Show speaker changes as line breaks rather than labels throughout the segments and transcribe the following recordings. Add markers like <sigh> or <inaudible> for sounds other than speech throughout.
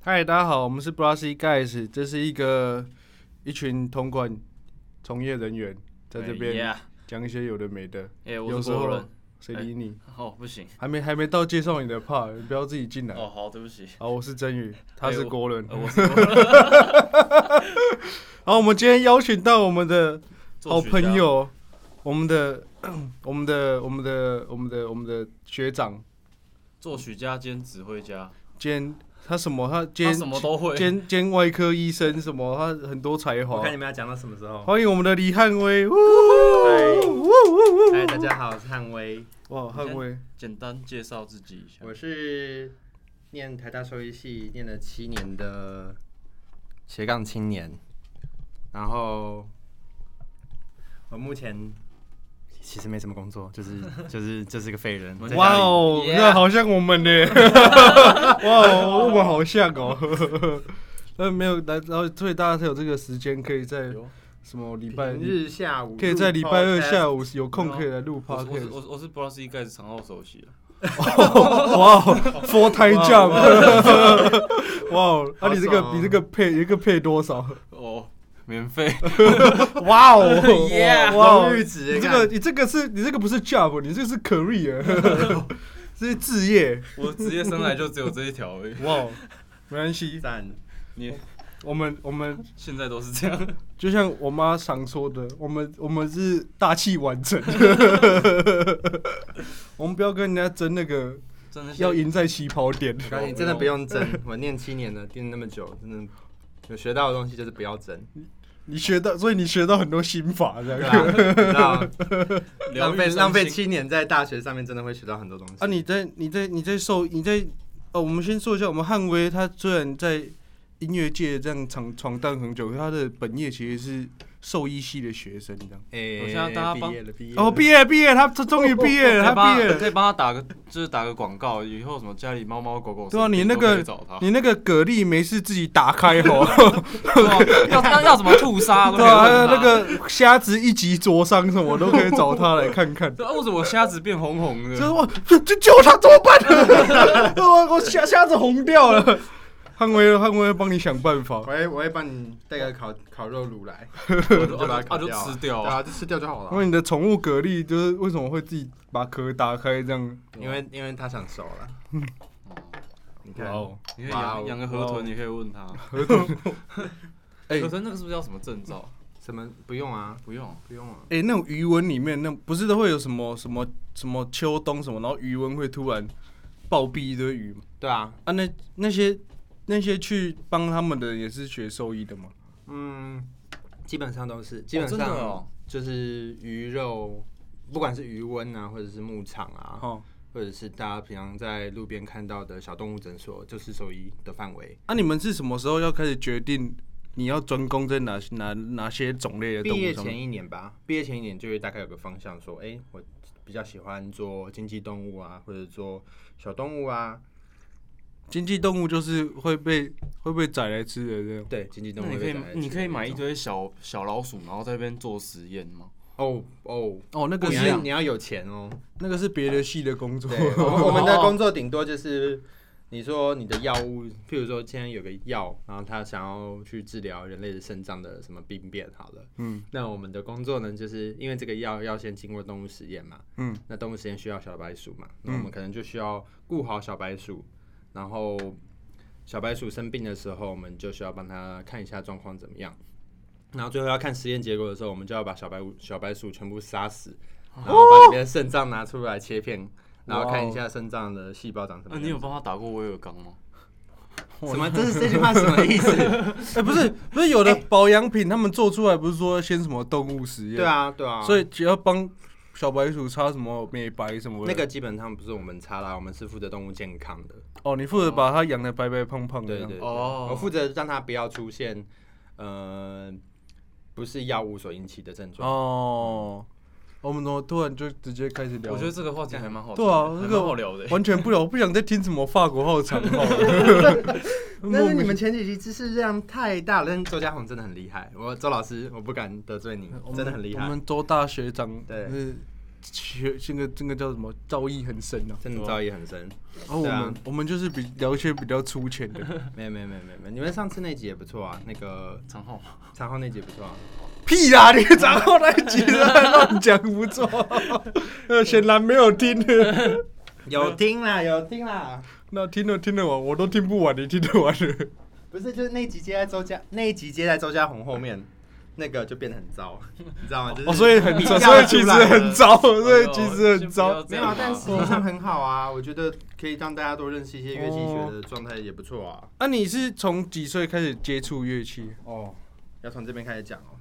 嗨，大家好，我们是 Brassy Guys，这是一个一群同款从业人员在这边
哎
讲一些有的没的，
耶，我
有
是
时
国
候
人。
谁理你？
哦，不行。
还没还没到介绍你的 part，你不要自己进来。
哦，好，对不起。
好，我是真宇，他
哎
是
我
国伦。
呃我是国人
<laughs> 好，我们今天邀请到我们的好
作曲家
朋友，我们的 <clears throat> 我们的我们的我们的我们的学长
作曲家兼指挥家，
兼他什么？他
他
兼
什么都会。
兼兼外科医生什么？他很多才
我
华
看。你们要讲到什么时候？
欢迎我们的李汉威。呜
嗨
呜呜
嗨，大家好，我是汉威，
哇，汉威，
简单介绍自己一下。
我是念台大兽医系念了七年的斜杠青年，然后我目前其实没什么工作，就是 <laughs> 就是就是个废人。我在
哇
家里，
哦，
Yeah
那好像我们
<laughs>
呢，哇哦，我们好像哦。 <laughs> 那没有来，然后所以大家才有这个时间，可以在
有
什么礼拜
平日哦下午
可以在礼拜二下
午，
午有空可以来录
我是
啊
我是
podcast。
我是我是 b r o s y 盖子长号首席啊。
哇，four 哦
<laughs>
time jump！哇 <laughs> 哦，啊，你这个
好爽哦
你这个配你这个配多少？
哦，免费。
哇哦 <laughs>
Yeah，
哇哦
荣誉值
你这个
看
你这个是你这个不是 job，你这个是 <laughs> career，这是置业。
<laughs> 我职业生来就只有这一条而已。
哇哦，没关系，
赞，
你
我们我们
现在都
<laughs>
是这样。
就像我妈常说的，我们我们是大器晚 <laughs> 成，我们不要跟人家争那个
真的是
要赢在起跑点。
我告诉你，真的不用争，我念七年了，念那么久，真的有学到的东西就是不要争， <laughs>
你学到，所以你学到很多心法，这
对
样。
吧？你知道。
疗
浪
愈
费
身心
浪费七年在大学上面，真的会学到很多东西。
啊，你在你在你在受你在哦，我们先说一下，我们汉威他虽然在音乐界这样闯闯荡很久，可他的本业其实是兽医系的学生，这样。
诶
我现在大家帮
毕业了，毕业
哦，毕业毕业，他他终于毕
<laughs>
业了，
哦可以
他
帮
毕业了。
可以帮他打个，就是打个广告，以后什么家里猫猫狗狗，
对啊你那个
都可以找他，
<laughs> 你那个蛤蜊没事自己打开哦，
<laughs> 对啊要要要什么兔鲨都
对
可以
啊，
问
还有
他
那个虾子一级灼伤什么都可以找他来看
<laughs>
看。
对啊，为什么我虾子变红红
就是
的？
我这这救他怎么 <laughs> 办？我我虾虾子红掉了， <laughs> 汉威汉威会帮你想办法
我。会我会帮你带个烤烤肉
<laughs>
炉来，
<laughs>
我就
就把它
啊
烤
就
掉啊
吃掉
对
啊！
啊，就吃掉就
因
好了。
为你的宠物蛤蜊就是为什么会自己把壳打开这样？
因为因为他想熟了，你看，
哦！
你可以
哇哦
养养个河
啊哇哦
豚，你可以问他。 <laughs>
哎
河豚那个是不是要什么证照？
什么不用啊，
不用，
不用啊，
哎，那种鱼纹里面，那不是都会有什么什么什么秋冬什么，然后鱼纹会突然暴毙一堆鱼吗
对啊，
啊？那那些那些去帮他们的也是学兽医的吗？
嗯，基本上都是，基本
真的哦
上就是鱼肉，不管是鱼瘟啊，或者是牧场啊，
哦，
或者是大家平常在路边看到的小动物诊所，就是兽医的范围。
啊，你们是什么时候要开始决定你要专攻在哪哪哪些种类的
毕
动
业
物上
前
面？
一年吧，毕业前一年就会大概有个方向，说，哎、我比较喜欢做经济动物啊，或者做小动物啊，
经济动物就是会被会被宰来吃的这种。
对，经济动
那你
物会
可以
被宰来吃的那种。
你可以买一堆小小老鼠，然后在那边做实验吗？
哦哦，
哦，那个
不
是
你要你要有
<laughs>
钱哦。
那个是别的系的工作。
对，我们我们
哦
的工作顶多就是。你说你的药物，譬如说现在有个药，然后他想要去治疗人类的肾脏的什么病变，好了，
嗯
那我们的工作呢，就是因为这个药要先经过动物实验嘛，
嗯，
那动物实验需要小白鼠
嗯
嘛，那我们可能就需要顾好小白鼠，然后小白鼠生病的时候，我们就需要帮它看一下状况怎么样，然后最后要看实验结果的时候，我们就要把小白小白鼠全部杀死，然后把里面的肾脏拿出来切片，然后看一下肾脏的细胞长什
那
么样
啊你
子。
有帮他打过威尔刚吗？
什么？这是这句话什么意思？
哎、不是，不是有的保养品，他们做出来不是说先什么动物实验？
对，啊，对啊，
所以只要帮小白鼠擦什么美白什么的。
那个基本上不是我们擦啦，我们是负责动物健康的。
哦，你负责把它养的白白胖胖的
对
这
对
样。
对
哦
我负责让它不要出现，呃，不是药物所引起的症状。
哦，我们怎么突然就直接开始聊？
我觉得这个话题还蛮好，
对啊，
还
这
蛮
个
好聊的。欸
完全不聊，我不想再听什么法国号长号了。
<laughs>
<laughs>
但是你们前几集知识量太大了，但是周家宏真的很厉害。我周老师，我不敢得罪你
我们，
真的很厉
我
害。
们周大学长
对
是学这个这个叫什么造诣很深啊。
真的造诣很深。
然后我
对啊
们我们就是比聊一些比较粗浅的，
没有没有没有没有没有，你们上次那集也不错啊，那个
<laughs> 长号
长浩那集也不错啊。
屁啦！你长后来几个乱讲不 <laughs> 错，那呃显然没有听 <laughs> 的。
有听啦，有听啦。
那听了听得完，我都听不完，你听得完了？
不是，就是那一集接在周家，那一集接在周家红后面，那个就变得很糟， <laughs> 你知道吗？就是
哦，所以很糟，
比较
所以其实
出来的
很糟，所
哎
以
呦
其实很
先不要
糟。
这
没
样
有啊
嘛，
但实际上很好啊，我觉得可以让大家多认识一些乐器学的状态也不错啊。
那、你是从几岁开始接触乐器？
哦，要从这边开始讲哦。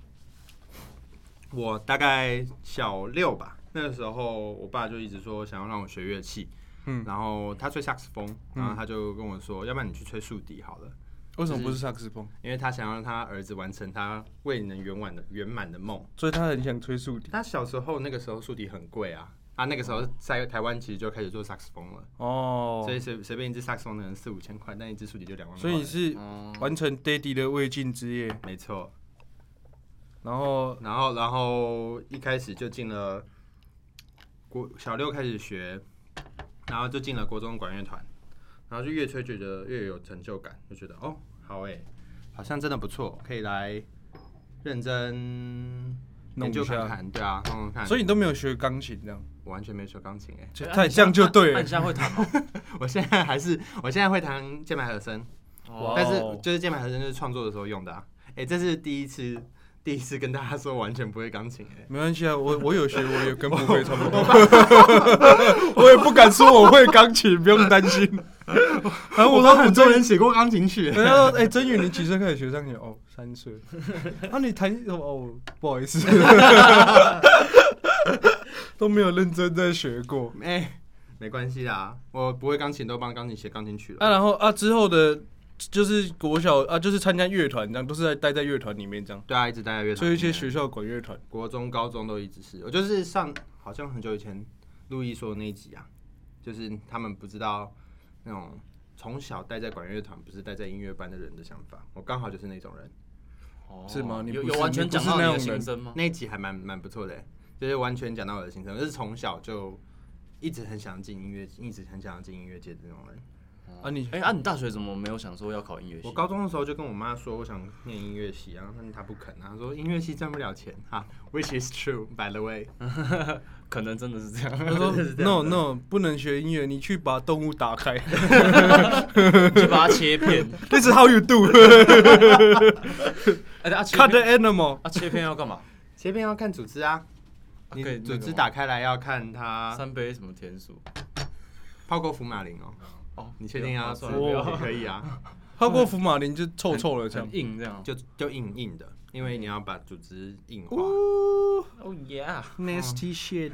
我大概小六吧，那个时候我爸就一直说想要让我学乐器，
嗯
然后他吹萨克斯风，然后他就跟我说，要不然你去吹竖笛好了，
为什么不是萨克斯风？
因为他想要让他儿子完成他未能圆满的圆满的梦。
所以他很想吹竖笛。
他小时候那个时候竖笛很贵啊，他那个时候在台湾其实就开始做萨克斯风了，
哦
所，以随随便一支萨克斯风可能四五千块，但一支竖笛就两万块。
所以你是
嗯
完成爹地的未尽之业，
没错，
然后
然后然后一开始就进了国小六开始学，然后就进了国中管乐团，然后就越吹觉得越有成就感，就觉得哦好哎、好像真的不错，可以来认真
弄
研
一
究
下
看看，对啊，弄弄看。
所以你都没有学钢琴这样，
我完全没学钢琴哎、
就
哎
太这样就对
那
了
你。现在会弹
<laughs>
吗？
<laughs> 我现在还是我现在会弹键盘和声，
哇
但是
哦
就是键盘和声就是创作的时候用的、啊，哎、这是第一次第一次跟大家说完全不会钢琴哎、
没关系啊， <laughs> 我我有学，我也跟不会差不多。 <laughs> 我也不敢说我会钢琴，不用担心。然后我说
哦很
我
多
真
人写过钢琴曲、
人家说：“哎、真宇，你几岁开始学上琴？哦，三 <laughs> 岁。啊，你弹什么？哦，不好意 <laughs> 思，都没有认真在学过。
<laughs> 哎、没关系啦，我不会钢琴都帮钢琴写钢琴曲了。
啊，然后啊，之后的，就是国小啊，就是参加乐团，这样都是在待在乐团里面这样，
对啊，一直待在乐团里面。
所以一些学校管乐团。
国中、高中都一直是，我就是上好像很久以前陆毅说的那一集啊，就是他们不知道那种从小待在管乐团，不是待在音乐班的人的想法。我刚好就是那种人。
哦
是吗你
有
不是
有完全
你不
讲
是
到
那
你
种
的
人
心声吗？
那一集还蛮蛮不错的欸，就是完全讲到我的心声，就是从小就一直很想进音乐，一直很想要进音乐界的那种人。
啊你
哎啊，你大学怎么没有想说要考音乐系？
我高中的时候就跟我妈说我想念音乐系啊，但她不肯啊，她说音乐系赚不了钱哈，which is true by the way。
可能真的是这
他
样，
说
是这
：“No
样
No，不能学音乐，你去把动物打开。
就把它切
<laughs>
片。
This is how you do.
哎，啊切
Cut the
片
animal。
啊切片要干嘛？
切片要看组织啊，
啊
你
可以
组
那个
织
吗
打开来要看它
三杯什么甜薯？
泡过福马林哦，
哦，
你确定啊要
不
吃？
要算了，不要
<laughs> 可以啊，
喝过福马林就臭臭了，这样
很。硬这样。
就就硬硬的，因为你要把组织硬化。
Oh yeah，
Nasty
<laughs>
shit。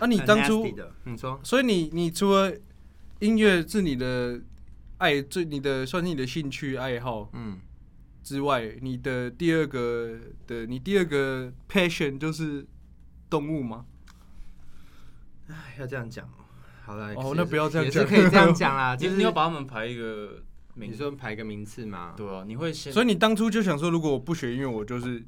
啊，你当初
很 nasty，的你说
所以你你除了音乐是你的爱，最你的算是你的兴趣爱好
嗯。
之外，你的第二个的你第二个 passion 就是动物吗？
唉要这样讲哦，好了，
哦
也
那
是
不要这样
也
讲
是可以这样讲 <laughs> 啦。
你
啊就是
你要把他们排一个名
你，说排个名次吗？
对啊，你会先
所以你当初就想说，如果我不学音乐，我就是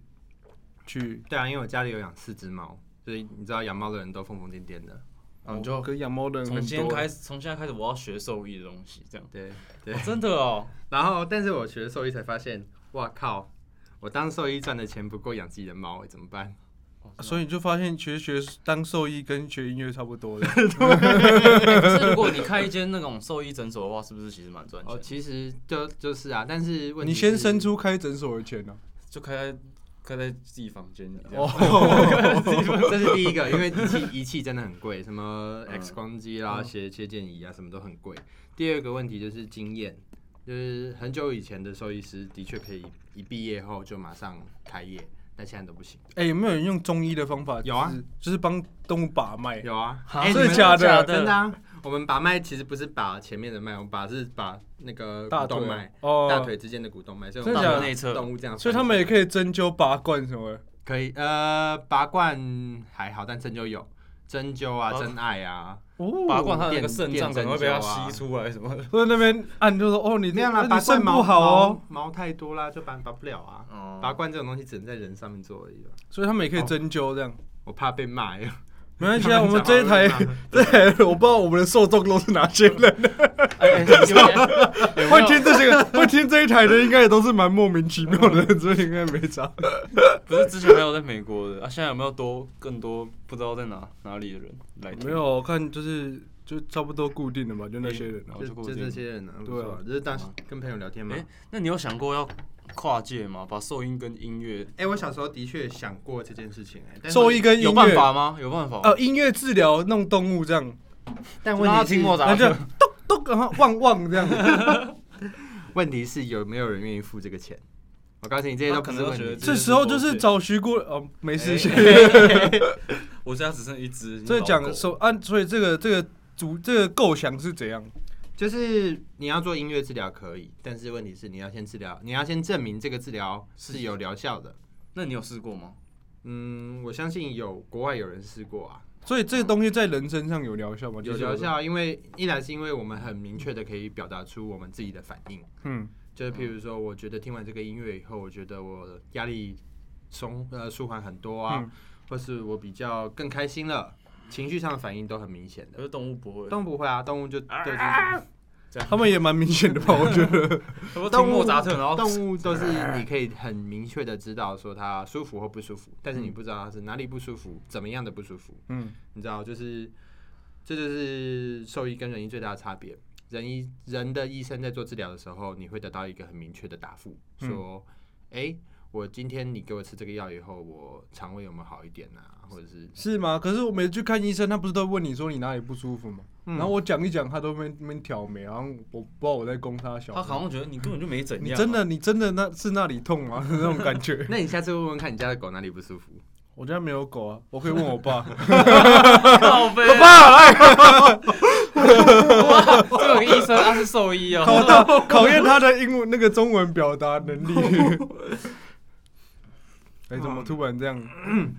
去
对啊，因为我家里有养四只猫，所以你知道养猫的人都疯疯癫癫的。
啊你就
哦跟养猫的人
从
很
今天
多。
开始，从现在开始我要学兽医的东西，这样。
对，
哦真的哦，
<laughs> 然后但是我学兽医才发现，哇靠，我当兽医赚的钱不够养自己的猫，怎么办？
啊所以你就发现，其实学当兽医跟学音乐差不多的。
哎可是如果你开一间那种兽医诊所的话，是不是其实蛮赚钱
哦，
的？
其实就就是啊，但是问题
你先
是
生出开诊所的钱呢、啊
就开在开在自己房间里这样。
哦，
<laughs> 这是第
<laughs>
一个，因为仪器仪器真的很贵，什么
嗯
X 光机啦、斜切键仪啊，什么都很贵。第二个问题就是经验，就是很久以前的兽医师的确可以一毕业后就马上开业，但现在都不行。
哎、有没有人用中医的方法？
有啊
就是，就是帮动物把脉。
有啊，
哈
哎
真的
你们
假的
真的啊！我们把脉其实不是把前面的脉，我们把是把那个
大
股
腿
动
啊
脉、
哦，
大腿之间的股动脉，所以我
真
们
的假的
把
内侧
动物这样翻起来。
所以他们也可以针灸、拔罐什么的。
可以呃，拔罐还好，但针灸有针灸啊，
哦
真爱啊。
哦
拔罐，它的那个
电
肾脏可能会被它吸出来什么的。
所以那边按就说哦，你
没有啦，
你
啊拔罐
肾
毛
不好哦，，
毛毛太多啦，就拔拔不了啊。
哦
拔罐这种东西只能在人上面做而已吧。啊哦
所以他们也可以针灸这样。
我怕被骂 <laughs> 呀。
没关系啊，我们这一台， <laughs> 这台我不知道我们的受众都是哪些人。啊
哎，你们
会听这些，会听这一台的，应该也都是蛮莫名其妙的人，所以应该没
<laughs>
差。
<laughs> 不是之前没有在美国的啊？现在有没有多更多不知道在哪哪里的人来听？
没有，我看就是就差不多固定的嘛，就那些人啊
我。
就
就过
就
这
这
个
些人啊，不
对啊
错啊，就是当时跟朋友聊天嘛
哎、。那你有想过要跨界吗？把兽音跟音乐
哎，我小时候的确想过这件事情，哎，但是
兽医跟音
有办
乐，
法吗？有办法？
呃，音乐治疗弄动物这样，
但
让他
问题
听我
是，
的
然后 <laughs>
<laughs>
就咚咚，然后汪汪这样，
问题是有没有人愿意付这个钱？我告诉你，这些都
他
不
可
是
能
问
会觉得
题。
<laughs> 这时候就是找徐姑，哦，没事，谢谢。
我家只剩一只，
所以讲
老狗
手按，所以这个这个主这个构想是怎样？
就是你要做音乐治疗可以，但是问题是你要先治疗，你要先证明这个治疗是有疗效的。
那你有试过吗？
嗯，我相信有国外有人试过啊，
所以这个东西在人身上有疗效吗？
有疗。效，因为一来是因为我们很明确的可以表达出我们自己的反应，
嗯，
就是譬如说，我觉得听完这个音乐以后，我觉得我压力松呃舒缓很多啊，
嗯
或是我比较更开心了，情绪上的反应都很明显
可
的。
是动物不会，
动物不会啊，动物就对就是
他们也蛮明显的吧？我觉 <laughs> 得。
我不听莫扎特，然后
动物都是你可以很明确的知道说它舒服或不舒服，但是你不知道它是哪里不舒服，怎么样的不舒服。
嗯，
你知道，就是这就是兽医跟人医最大的差别。人医人的医生在做治疗的时候，你会得到一个很明确的答复，
嗯
说：“哎、我今天你给我吃这个药以后，我肠胃有没有好一点啊？或者是
是吗？可是我每次去看医生，他不是都问你说你哪里不舒服吗？然后我讲一讲，他都没没挑眉，然后我不知道我在攻他小。
他好像觉得你根本就没怎样啊。
你
<laughs>
真的你真的那是那里痛吗？ <laughs> 那种感觉。
那你下次问问看你家的狗哪里不舒服？
我家没有狗啊，我可以问我爸。
靠
<laughs>
背？哇，这个医生他是兽医哦。
考到 <laughs> 考验他的英文那个中文表达能
<laughs>
力。哎、怎么突然这样？
嗯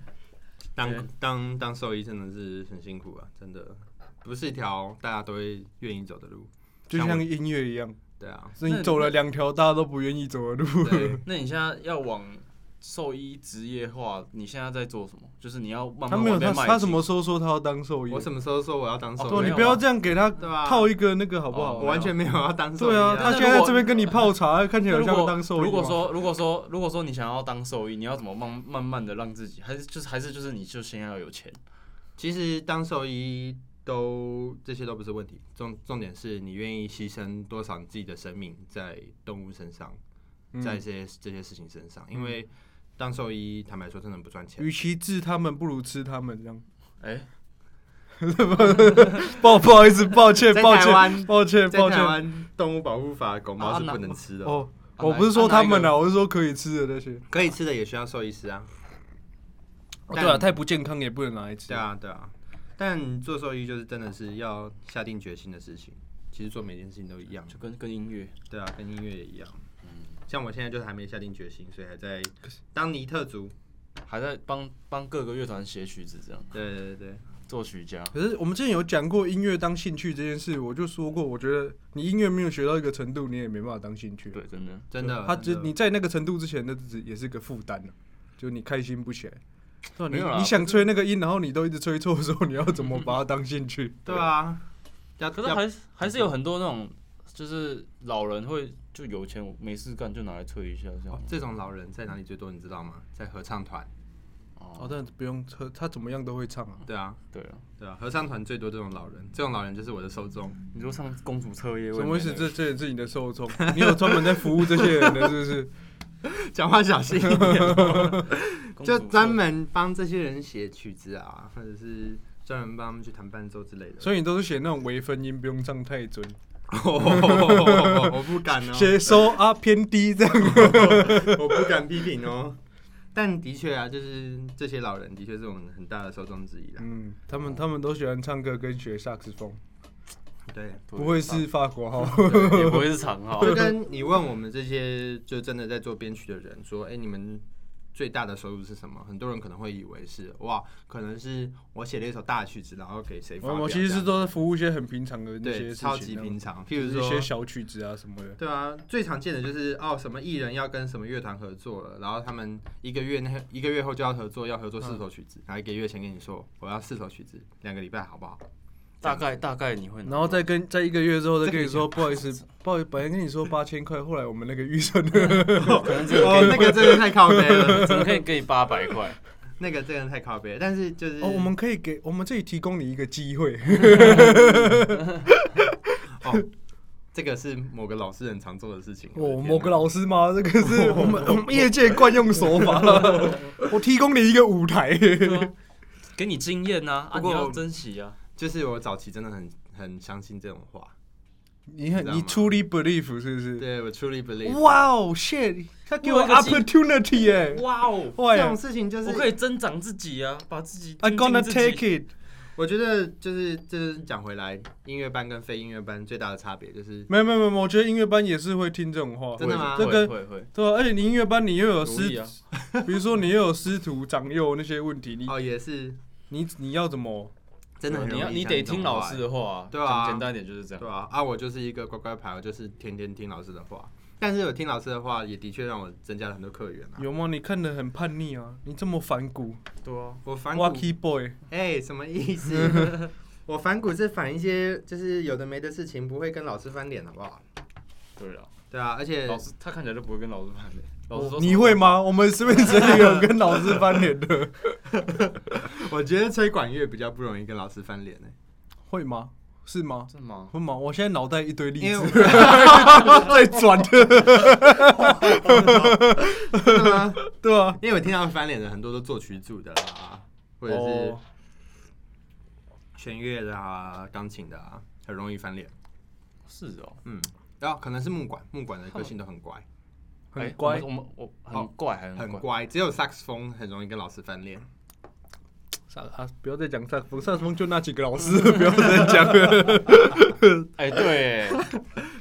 当
对
当当兽医真的是很辛苦啊，真的不是一条大家都会愿意走的路。
就像音乐一样，
对啊，
是你走了两条大家都不愿意走的路。
对，
那你现在要往兽医职业化，你现在在做什么？就是你要慢慢
他没有
往
他
那迈进
他什么时候说他要当兽医？
我什么时候说我要当兽医
哦对，
啊？
你不
没有
要
啊
这样给他
对吧
套一个那个好不
我
好？
哦
完全没有要当兽医
对啊，
那
他
如
现在
果
这边跟你泡茶，看起来
那
很
如
像
果
当兽医嘛。
如果说如果说如果说你想要当兽医，你要怎么慢慢慢的让自己，还是就是还是就是你就先要有钱，
其实当兽医都这些都不是问题，重重点是你愿意牺牲多少你自己的生命在动物身上，
嗯
在这些这些事情身上，因为当兽医坦白说真的不赚钱。
与其治他们，不如吃他们，这样。
哎、
不，不好意思，抱 <laughs> 歉，
在
抱
台湾
歉，抱歉，
在
抱
台
歉。
湾动物保护法，狗猫是不能吃的，
哦，
啊
我不是说他们啊，我是说可以吃的那些。
可以吃的也需要兽医师啊。但
哦啊太不健康也不能拿来吃
对啊，对啊。但做兽医就是真的是要下定决心的事情。其实做每件事情都一样，
就跟跟音乐，
对啊，跟音乐也一样。像我现在就是还没下定决心，所以还在当尼特族。
还在帮帮各个乐团写曲子，这样
对对对。
做曲家。
可是我们之前有讲过音乐当兴趣这件事，我就说过，我觉得你音乐没有学到一个程度，你也没办法当兴趣。
对，真的，
真的，
他只
真的
你在那个程度之前，那只也是个负担啊就你开心不起来。对啊
没有啦
你你想吹那个音，然后你都一直吹错的时候，你要怎么把它当兴
<laughs>
趣？
对啊，要
可是还是还是
嗯
有很多那种，就是老人会就有钱没事干就拿来吹一下这
要
样。
这种老人在哪里最多，你知道吗？在合唱团。
哦，
哦，
但不用车，他怎么样都会唱啊。
对啊，
对啊，
对啊，合唱团最多这种老人，这种老人就是我的受 <laughs> 众。
你说上公主彻夜
什
未
么意
眠
思？
那个，
这这也是你的受众，你有专门在服务这些人的，是不是？
讲话小心 <laughs> 一点，
公主彻
就专门帮这些人写曲子啊，或者是专门帮他们去弹伴奏之 <laughs> 类的。
所以你都是写那种微分音，不用唱太准，
哦我不 <laughs> 敢哦，
写收啊偏低这样。
我不敢批评哦。但的确啊，就是这些老人的确是我们很大的受众之一啦。
嗯，他们他们都喜欢唱歌跟学萨克斯风，
对，
不会是法国号。
对 <laughs> 也不会
<laughs>
是长号
就跟你问我们这些就真的在做编曲的人说，哎、你们最大的收入是什么？很多人可能会以为是哇，可能是我写了一首大曲子，然后给谁发
我
表
我
这
其
样？
实是都在服务一些很平常的那些
对
事情
超级
啊
平常，譬
就
如
是一些
说
小曲子啊什么的。
对啊，最常见的就是哦，什么艺人要跟什么乐团合作了，然后他们一个月内一个月后就要合作，要合作四首曲
嗯
子，然后一个月前跟你说我要四首曲子，两个礼拜好不好？
<laughs>
<laughs>
大概大概你会拿，
然后再跟在一个月之后再跟你说，不好意思，不好意思，本来跟你说八千块，后来我们那个预算的
可能只有
哦，那个真的太靠背
<laughs>
了，
只能可以给你八百块，
那个真的太靠背了。但是就是
哦，我们可以给我们这里提供你一个机会，
哦，这个是某个老师很常做的事情。我的
哦，
天
某个
哪
老师吗？这个是我们我们业界惯用手法，我提供你一个舞台。
啊给你经验呐，啊，
啊不过
你要珍惜啊。
就是我早期真的很很相信这种话，
你很
知道
你
吗
truly believe 是不是？
对我 truly believe。
哇哦，shit！他给我
我有一个机
opportunity 哎、
哇哦，
哇
这种
呀
事情就是
我可以增长自己啊，把自己
，I'm
精进
gonna
自己
take it。
我觉得就是就是讲回来，音乐班跟非音乐班最大的差别就是，
嗯
没有没有没有，我觉得音乐班也是会听这种话，
真的吗
这
会
个
会会
对啊而且你音乐班你又有
努力
师，
啊，
<laughs> 比如说你又有师徒长幼那些问题，你
哦，也是
你你要怎么？
真的很容
你
易
要啊你
相信
得
这种
听老
话
师的话，
对啊
讲简单一点就是这样。
对啊，啊，我就是一个乖乖牌，我就是天天听老师的话。但是有听老师的话，也的确让我增加了很多客源啊。
有吗？你看的很叛逆啊，你这么反骨
对啊，
我反骨，
，Wacky Boy，
哎、什么
<laughs>
意思？我反骨是反一些就是有的没的事情，不会跟老师翻脸，好不好？
对了，
对啊，而且
老师他看起来就不会跟老师攀的，老师说
哦你会吗？我们随便谁有跟老师翻脸的， <laughs>
我觉得吹管乐比较不容易跟老师翻脸呢、欸
会吗？是吗？
真的吗？
会吗？我现在脑袋一堆例
因为
子 <laughs> 在
<laughs>
转的，
真的吗？
<laughs> 对啊，
因为我听到翻脸的很多都作曲组的啦，或者是
哦
弦乐的啊、钢琴的啊，很容易翻脸。
是哦，
嗯，然后可能是木管，木管的个性都很乖，
很
哎
乖
我们我们我
好
很怪，还
很
怪。
乖，只有萨克斯风很容易跟老师翻脸。
萨啊，不要再讲萨克斯风，萨克斯风就那几个老师， <laughs> 不要再讲了。
哎，对，
<laughs>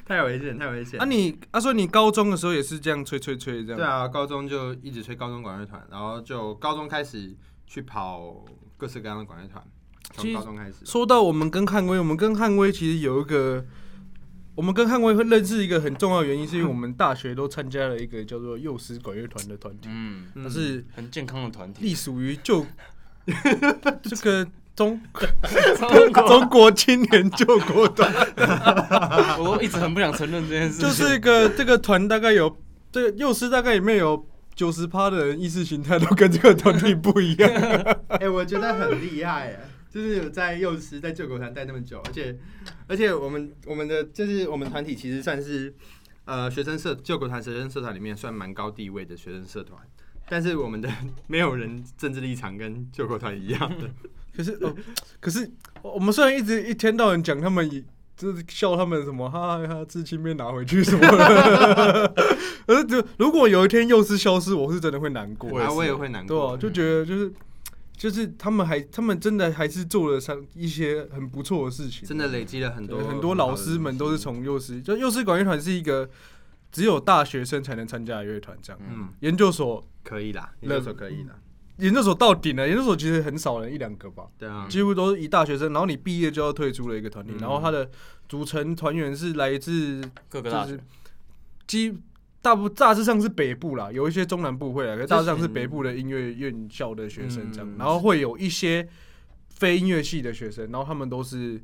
太危险，太危
<laughs>
险
啊你，啊，所以你高中的时候也是这样吹吹吹这样？
对啊，高中就一直吹高中管乐团，然后就高中开始去跑各式各样的管乐团，
其
从
实
高中开始。
说到我们跟汉威，我们跟汉威其实有一个，我们跟汉威会认识一个很重要的原因，是因为我们大学都参加了一个叫做幼师管乐团的团体，
嗯，
它是
很健康的团
<laughs>
体。
隶属于 <laughs> 旧这个中
中国
中国青年救国团，
<laughs> 我都一直很不想承认这件事
就
情，
是一个这个团大概有这个幼师大概里面有九十趴的人意识形态都跟这个团体不一样。
<laughs> 哎、我觉得很厉害哎，就是有在幼师在救国团待那么久，而且而且我们我们的就是我们团体其实算是呃学生社救国团学生社团里面算蛮高地位的学生社团，但是我们的没有人政治立场跟救国团一样的，
可是，呃、可是我我们虽然一直一天到晚讲他们以，就是笑他们什么哈哈哈，自清被拿回去什么
<laughs>
的，可是就如果有一天幼师消失，我是真的会难过
我，也
啊
是
我也会难
对
过，
啊，就觉得就是就是他们还他们真的还是做了上一些很不错的事情，
真的累积了很
对
多
很多老师们都是从幼师，就幼师管乐团是一个只有大学生才能参加的乐团，这样，
嗯
研究所。
可以啦，
那
那首可以啦，
研究所到顶了，研究所其实很少人，一两个吧。<laughs>
对
嗯
啊，
几乎都是以大学生，然后你毕业就要退出了一个团体，然后它的组成团员是来自
各个
就
大学
是基大部大致上是北部啦，有一些中南部会来，啊可是大致上是北部的音乐院校的学生这样，
嗯
然后会有一些非音乐系的学生，然后他们都是。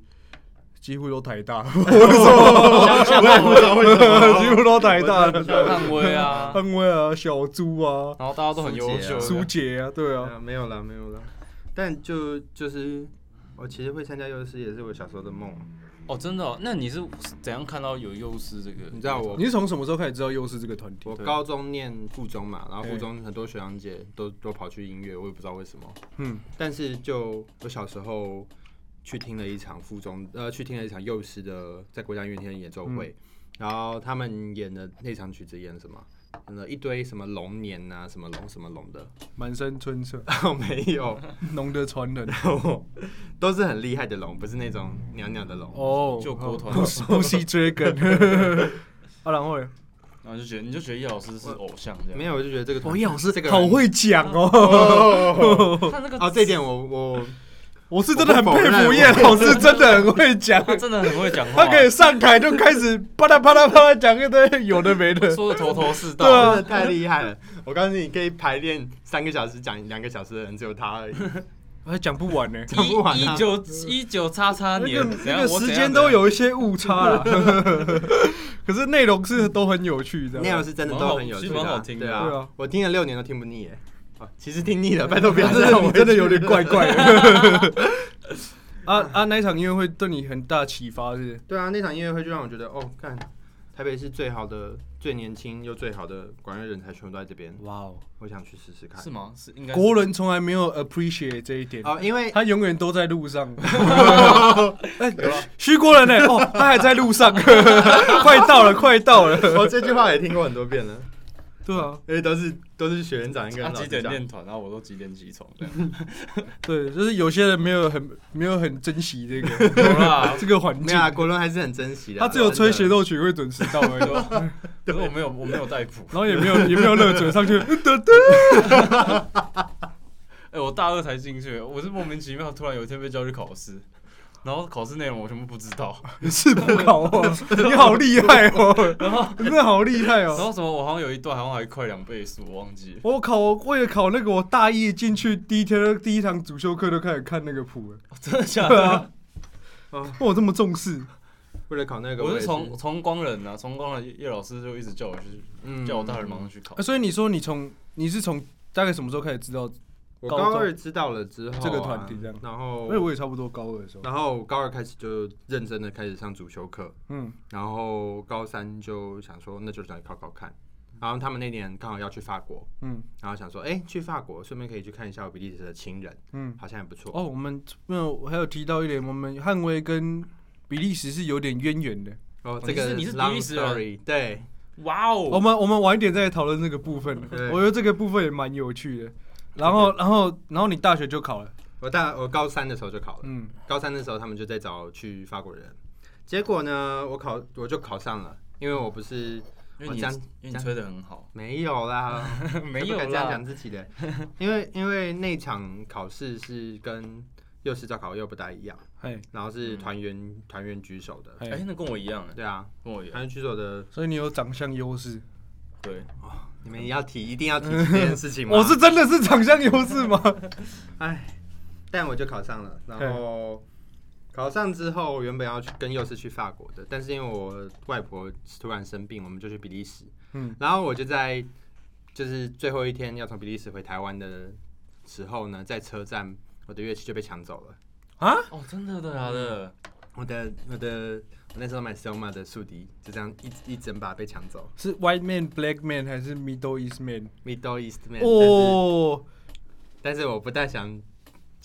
几乎都台大， <laughs> 几乎都台大， <laughs>
漫威啊，
安威啊，小猪啊，
然后大家都很优秀，
苏
苏姐啊，对啊，
啊，没有了，没有了。但就就是，我其实会参加幼师也是我小时候的梦。啊
哦，真的、哦？那你是怎样看到有幼师这个？
你知道我
你是从什么时候开始知道幼师这个团体？
我
对
高中念附中嘛，然后附
对
中很多学长姐都都跑去音乐，我也不知道为什么。
嗯，
但是就我小时候去听了一场附中，呃，去听了一场幼师的在国家音乐厅的演奏会，
嗯
然后他们演的那场曲子演什么？演了一堆什么龙年啊，什么龙什么龙的， <laughs> 哦
满山春 <laughs> 色，
没有， <laughs>
浓的传人。
都是很厉害的龙，不是那种袅袅的龙。
哦，
救国团
<laughs> 不吸追根。啊，然后嘞
然后就觉得你就觉得叶老师是偶像这样，
没有，我就觉得这个团
哦，叶老师
这个人
好
<laughs>
会讲哦，
哦
他那个
哦，这一点我我
我是真的很佩服叶老师，真的很会讲，
他真的很会讲话，
<laughs> 他可以上台就开始啪啦啪啦啪啦讲一堆有的没 <laughs> 的，
说的头头是
对
道
啊。
真的太厉害了。 <laughs> 我告诉你，可以排练三个小时讲两个小时的人只有他而已，
我还讲不完呢。
讲不完
一
啊
一。九一九叉叉
那
年
个，
怎
那
样
个
我
时
怎
间
样
都有一些误差 <laughs> 啦，可是内容是都很有趣，这
<laughs> 内
样
容。是真的都很有趣的
蛮好
啊，
其实蛮好听的
对
对
啊
啊，
我听了六年都听不腻耶。哦其实听腻了， <laughs> 拜托不要
<laughs> 真
再
的
让
你
我
真的有点怪怪的。 <laughs> 啊啊！那一场音乐会对你很大启发是？
对啊，那场音乐会就让我觉得，哦，看台北是最好的、最年轻又最好的管乐人才，全部都在这边，
哇哦，
我想去试试看
是。吗？是应该是
国人从来没有 appreciate 这一点，
哦，因为
他永远都在路 <laughs> 上。哎，徐国人呢？哦，他还在路上， <laughs> 快到了，快到 <laughs> 了。
<laughs> 我这句话也听过很多遍了，
对啊，
因为都是都是学员长跟
他
老师
啊几点
讲
练团，然后我都几点起床这样。
对，就是有些人没有很没有很珍惜这个，
有啦
这个环
没
境
有，啊，国伦还是很珍惜的啊。
他只有吹协
真的
奏曲会准时到而已，
可是我没有，我没有带谱。
然后也没有也没有热嘴上 <laughs> 去，
哎、我大二才进去，我是莫名其妙突然有一天被叫去考试，然后考试内容我全部不知道， <laughs>
是不考 <laughs> 哦，你好厉害哦，
然后
你真的好厉害
然
哦。
后什么我好像有一段好像还快两倍速，我忘记了。
我考为了考那个，我大一进去第一天第一堂主修课就开始看那个谱 <laughs> 了，
真的假
对
的
啊？我这么重视，
为了考那
<laughs>
个，
我
也
是从从光仁啊，从光仁叶叶老师就一直叫我去，
嗯
叫我大人马上去考
啊。所以你说你从你是从大概什么时候开始知道？
我
高
高
中
二知道了之后啊，
这个团体这样
然
因为
后
我也差不多高二的时候，
然后高二开始就认真的开始上主修课，
嗯，
然后高三就想说那就来考考看，然后他们那年刚好要去法国，
嗯
然后想说哎、去法国顺便可以去看一下我比利时的亲人，
嗯。
好像也不错。
哦，我们没有，我还有提到一点，我们汉威跟比利时是有点渊源的。
哦，
你
这个
是你是比
long
利时人
story，对，
哇
我
哦！
们我们晚一点再讨论这个部分，
对
我觉得这个部分也蛮有趣的。然后然后然后你大学就考了，
我大我高三的时候就考了，
嗯，
高三的时候他们就在找去法国人，结果呢我考我就考上了，因为我不是
因
我
为你
讲
因为你吹的很好，
没有啦，
<laughs> 没
不
有
敢这样
啦
讲。自己的，因为因为那场考试是跟幼师招考又不大一样，
嘿，
然后是团员团员举手的，
哎、
嘿，
那跟我一样哎，
对啊，
跟我一样。
团员举手的，
所以你有长相优势。
对，
你们要提一定要提这件事情
<laughs>
吗？
我是真的是长相优势吗？
哎，但我就考上了，然后考上之后原本要去跟幼师去法国的，但是因为我外婆突然生病，我们就去比利时，
嗯，
然后我就在就是最后一天要从比利时回台湾的时候呢，在车站我的乐器就被抢走了。
哦，真的假的？
我的我的我那时候买 Selma 的宿敌，就这样一一整把被抢走。
是 white man、black man 还是 middle east man？
Middle East man，、
哦、
但是但是我不太想。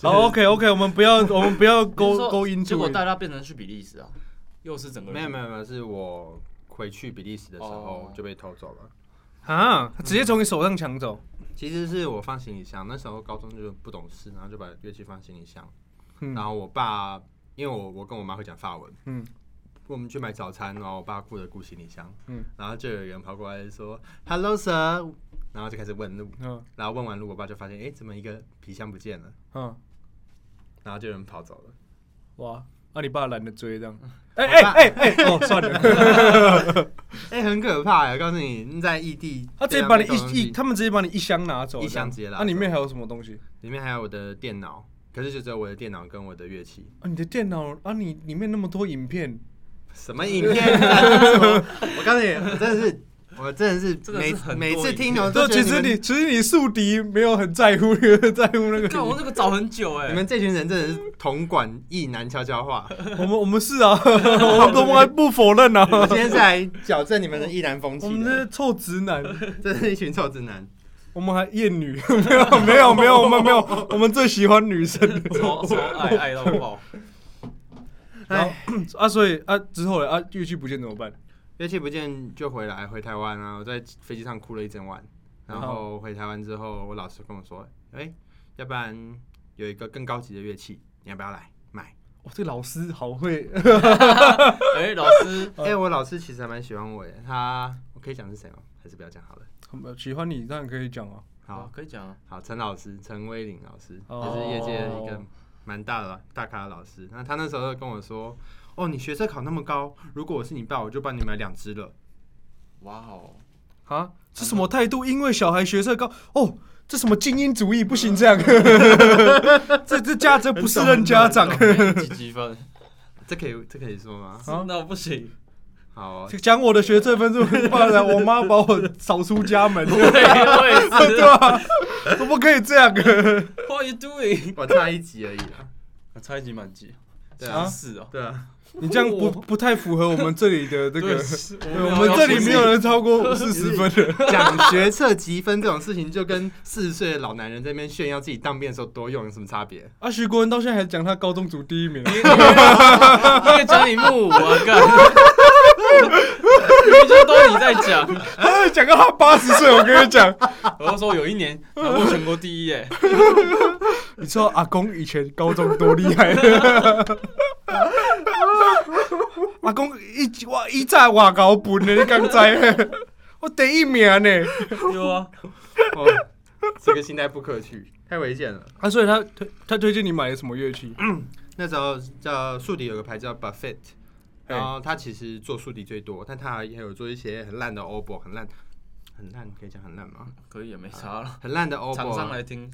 好 o k OK，我们 <laughs> 不要我们不要
你是
勾
说
勾引
结
住
果。大家变成去比利时啊，又是整个
没有没
有，
有没有，是我回去比利时的时候
哦
就被偷走了。
啊，直接从你手上抢走。
其实是我放行李箱，那时候高中就不懂事，然后就把乐器放行李箱。
嗯
然后我爸，因为我我跟我妈会讲法文，
嗯
我们去买早餐，然后我爸顾着顾行李箱，
嗯
然后就有人跑过来说 “Hello sir”，然后就开始问路，
嗯
然后问完路，我爸就发现，哎、怎么一个皮箱不见了？
嗯，
然后就有人跑走了。
哇，啊你爸懒得追这样。哎哎哎哎，哦 <laughs> 算了。
哎、很可怕呀！我告诉你，你在异地，
他直接
这样
把你
被偷东
一一，
西
他们直接把你一箱拿走，
一箱直接拿
那、啊、里面还有什么东西？
里面还有我的电脑，可是就只有我的电脑跟我的乐器。
啊，你的电脑啊，你里面那么多影片，
什么影片啊？这是什么我告诉你，我真的是，我真的是
真的
每
是很多
每次
影
听
片
我都
啊这
觉得
其实你其实你宿敌没有很在乎 <laughs> 那个在乎那
看
个，
我那个找很久哎、<laughs>
你们这群人真的是同管异男悄悄话。
我们我们是 <laughs> 啊，我们从来不否认啊，
我今天是来矫正你们的异男风
我
气
们这
的，
些臭直男，
这是一群臭直男。
我们还厌女， <laughs> 没有没有没有，我们没有，我们最喜欢女
<laughs>
生
超超爱爱到爆。
哎，
啊，所以啊之后嘞啊乐器不见怎么办？
乐器不见就回来，回台湾啊！我在飞机上哭了一整晚，然后回台湾之后，我老师跟我说，哎、要不然有一个更高级的乐器，你要不要来买？
哇，这老师好会， <laughs>
哎、老师，
哦哎、我老师其实还蛮喜欢我的，他我我可以讲是谁吗？还是不要讲好了。
很喜欢你当然可以讲啊。
好
哦，可以讲啊。
好，陈老师，陈威林老师，
哦
也是业界一个蛮大的大咖的老师。那他那时候就跟我说：“哦，你学测考那么高，如果我是你爸，我就帮你买两只了。
哇哦，
啊，这什么态度？因为小孩学社高哦，这什么精英主义不行这样，这这家这不是任家长，
几积分？”
这可以，这可以说吗？
啊
那不行，
好， <laughs>
讲我的学这分数，不然我妈把我扫出家门，
<laughs> 对，我也
<laughs> 对
是。
吧？怎么可以这样？
What are you doing？
我差一级而已啦。
差一级满级，
对
啊
是哦。
对啊，
你这样不不太符合我们这里的这
对，
个，
是
对我们这里没有人超过四十分的。
讲学测积分这种事情，就跟四十岁的老男人在那边炫耀自己当兵的时候多用有什么差 <laughs> 别？
啊，徐国文到现在还讲他高中组第一名，
<laughs> 你你也讲你木五啊，干， <laughs> 明明就都你在讲。
他 <laughs> 讲到他八十岁，我跟你讲，
我就说有一年拿过全国第一，哎，
你知道阿公以前高中多厉害？ <laughs> 阿公一哇一炸哇高本的，你敢知？ <laughs> 我第一名呢。
有啊，
哦，这个心态不可取， <laughs> 太危险了。
啊，所以他推他推荐你买的什么乐器？
那时候叫树敌有个牌子叫
嘿
Buffet，然后他其实做树敌最多，但他还有做一些很烂的 oboe，很烂，很烂，可以讲很烂吗？
可以也啊没差哦了。
很烂的
厂商
oboe 啊
来听，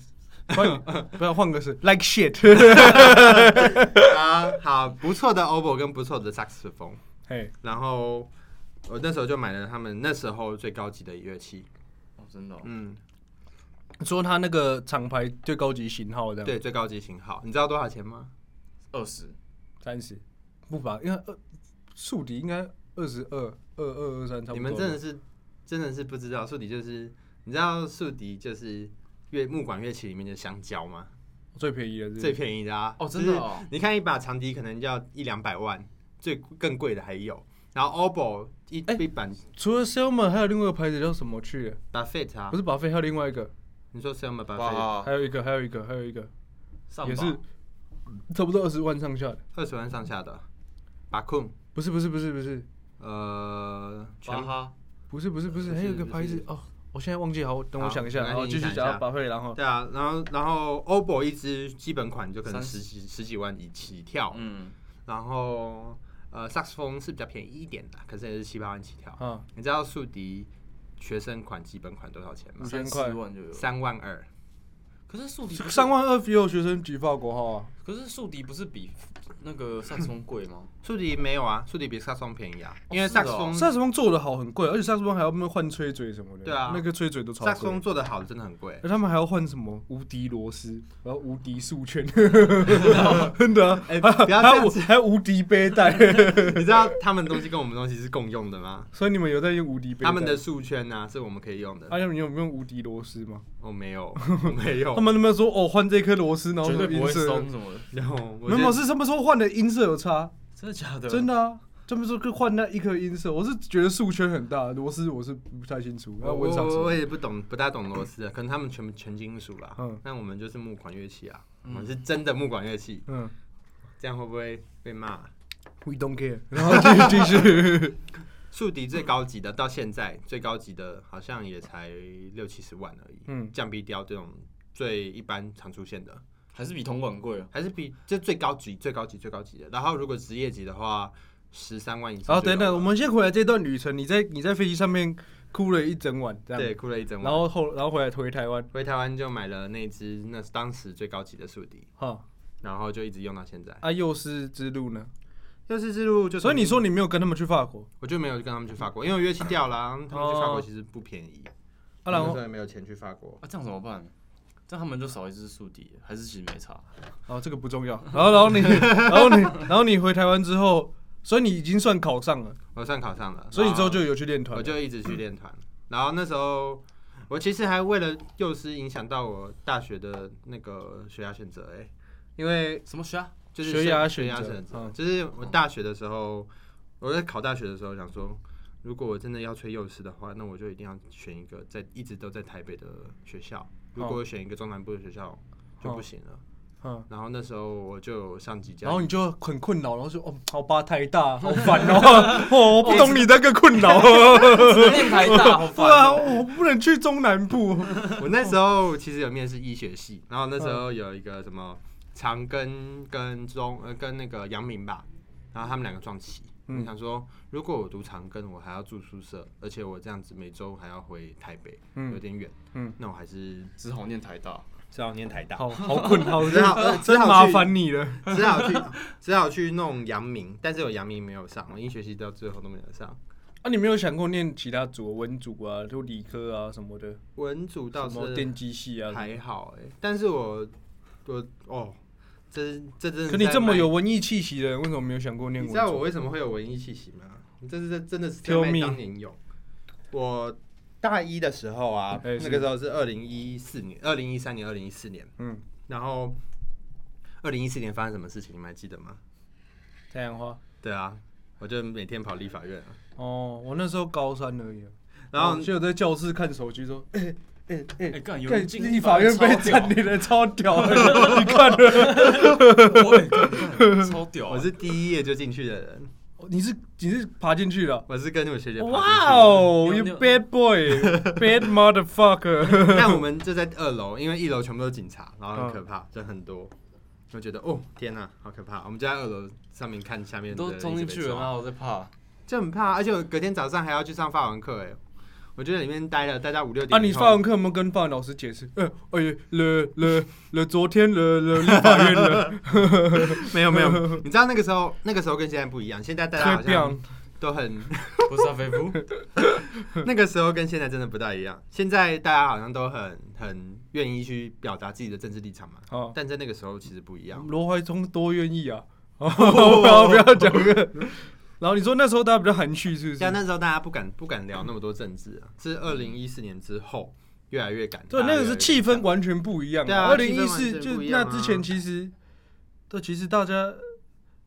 换不要换个是 like <laughs> shit。
啊，好不错的 oboe 跟不错的萨克斯风，
嘿，
然后我那时候就买了他们那时候最高级的乐器，
哦，真的哦，
嗯，
说他那个厂牌最高级型号这样，，
对，最高级型号，你知道多少钱吗？
二十，
三十不吧？因为二竖笛应该二十二二二二三差不多吧。
你们真的是真的是不知道，树敌就是你知道树敌就是乐木管乐器里面的香蕉吗？
最便宜的是
最便宜的啊！
嗯哦真的哦
就是你看一把长笛可能要一两百万，最更贵的还有。然后 oboe 一、
哎
一版
除了 Selman 还有另外一个牌子叫什么去了？
buffet 啊
不，是巴菲，还有另外一个，
你说 selma buffet
哇
还，有一个，还有一个，还有一个，
上
也
吧
是差不多二十万上下的。
二十万上下的 b a k u n
不是不是不是不是
呃，全
巴哈，
不是不是不是，
不是
还有一个
不是
牌子哦，我现在忘记，好，等我
好
想一下，
没
然
关
后
系你
继续
想一
讲
下
巴菲，然后
对啊，然后然后 oboe 一支基本款就可能
三十
十几十几万以起跳，
嗯，
然后呃萨克斯风是比较便宜一点的，可是也是七八万起跳。
啊，
你知道竖笛学生款基本款多少钱吗
五？
三
千
十
块
万就有。
三万二。
可是宿敌
三，万二也有学生举法国号啊，
可是宿敌不是比那个萨克斯风贵吗？
竖笛没有啊，竖笛比萨克斯风便宜啊，因为
是
萨克斯
哦
风
萨克斯风做的好，很贵，而且萨克斯风还要换吹嘴什么的，
对啊
那个吹嘴都超
萨克斯
贵
风。做的好真的很
<laughs>
贵。
而他们还要换什么无敌螺丝，然后无敌束
<laughs>
圈，真的啊，
哎、不要
还
这
有
样
无
子，
还有无敌背带，
<laughs> 你知道他们的东西跟我们的东西是共用的
<laughs>
吗？
所以你们有在用无敌背带？
他们的束圈呢、啊、是我们可以用的。
啊，你们有没有用无敌螺丝吗？
我、
<laughs>
没有，我没有
他。们有没有说哦换这颗螺丝，然后
绝对
就
不
音
会
色？
松什么的，
然后我
没有，
觉得
是他们说换的音色有差，
真的假的？
真的啊。他们说换那一颗音色，我是觉得数圈很大，螺丝我是不太清楚。然后
我
我上
我我
次
也不懂，不大懂螺丝啊，可能他们全全金属啦。
嗯
那我们就是木管乐器啊，我们是真的木管乐器，
嗯
这样会不会被骂？啊
，We don't care，然 <laughs> 后继续继
<laughs>
续。
竖笛最高级的到现在最高级的好像也才六七十万而已，
嗯，
降 B 调这种最一般常出现的，
还是比铜管贵啊？
还是比这最高级、最高级、最高级的。然后如果职业级的话，十三万以上。
好，等等，我，们先回来这段旅程。你在你在飞机上面哭了一整晚，这样，
对，哭了一整
然
晚。
后后然后回来回台湾，
回台湾就买了那只那是当时最高级的竖笛，
哈，
然后就一直用到现在。
啊，幼师之路呢？
六四之路就嗯
所以你说你哦没有跟他们去法国，
我就没有跟他们去法国，因为我乐器掉了啊，他们去法国其实不便宜，
啊，然后
我那时候也没有钱去法国。
啊，这样怎么办？这样他们就少一只宿敌，还是其实没差？
哦，这个不重要。然后然后你 <laughs> 然后你然后你回台湾之后，所以你已经算考上了，
我算考上了，
所以你之后
然
就有去练团了。
啊我就一直去练团，然后那时候我其实还为了幼师影响到我大学的那个学涯选择，哎，因为
什么学
<laughs>
啊？
就是
学
涯
涯
学
选
涯
择
选择，
嗯
就是我大学的时候，我在考大学的时候想说。如果我真的要吹幼师的话，那我就一定要选一个在一直都在台北的学校。如果我选一个中南部的学校就不行了，
嗯，
然后那时候我就有上几家，
然后你就很困扰，然后说哦，好吧，太
<laughs>
大，好烦哦，哦，我不懂你那个困扰，
练台大，好
对啊，
烦哦。
我不能去中南部，
<laughs> 我那时候其实有面试医学系，然后那时候有一个什么长庚跟中呃跟那个阳明吧，然后他们两个撞齐。
嗯
我想说，如果我读长庚，我还要住宿舍，而且我这样子每周还要回台北，
嗯
有点远。
嗯
那我还是
只好念台大，
只好念台大，
好好困扰，
只好
真
呃
真
只好去
麻烦你了，
<laughs> 只好去只好去弄阳明，但是我阳明没有上，我医学系到最后都没有上。
啊，你没有想过念其他组，文组啊，就理科啊什么的，
文组倒
什
是
么电机系啊，
还好哎、但是我我哦，这这真的
可你
在
这么
卖
有文艺气息的人，为什么没有想过念
你
文
知道我
组？
为什么会有文艺气息吗？你这是这真的是
Tell
在
me
当年有。我大一的时候啊，
哎
那个时候是二零一四年、二零一三年、二零一四年，
嗯，
然后二零一四年发生什么事情，你们还记得吗？
太阳花。
对啊，我就每天跑立法院、啊，
哦，我那时候高三而已啊，
然后
就有在教室看手机说，哎哎哎
哎干有
看
人进
立法院被
啊
占领了，超屌的，你看了？
<laughs> 我也干干 <laughs> 超屌
我
啊。
是第一页就进去的人，
哦你是你是爬进去了？
我是跟我学姐跑进去的
哇哦
你
，you
有你有
bad <laughs> boy，bad
<laughs>
motherfucker！
但我们就在二楼，因为一楼全部都是警察，然后
嗯
很可怕，人很多。我觉得哦，天哪、好可怕！我们就在二楼上面看下面的
都
人
冲
一
进
直
去
被
了，
抓
然后我在
<laughs>
怕。
就很怕，而且我隔天早上还要去上法文课，哎，我就在里面待了待到五六点以后。
啊，你法文课有没有跟法文老师解释？呃，哎呀，了了了，昨天了了立法院了，
<laughs> 没有
<laughs>
没有？你知道那个时候，那个时候跟现在不一样，现在大家
太
好
棒
像！
<laughs>
都很，
不是啊，飞
<laughs>
夫，
那个时候跟现在真的不太一样。现在大家好像都很很愿意去表达自己的政治立场嘛，
好，
但在那个时候其实不一样。
罗怀聪多愿意啊！ <laughs> 不要不要讲这个。然后你说那时候大家比较含蓄，是不是？
像那时候大家不敢不敢聊那么多政治啊，是二零一四年之后越来越敢。
对，
大家
那个是气氛完全不一样
对
啊。
啊
二零一
气氛
四
完
就
全不一
那
样啊
之前，其实，对，其实大家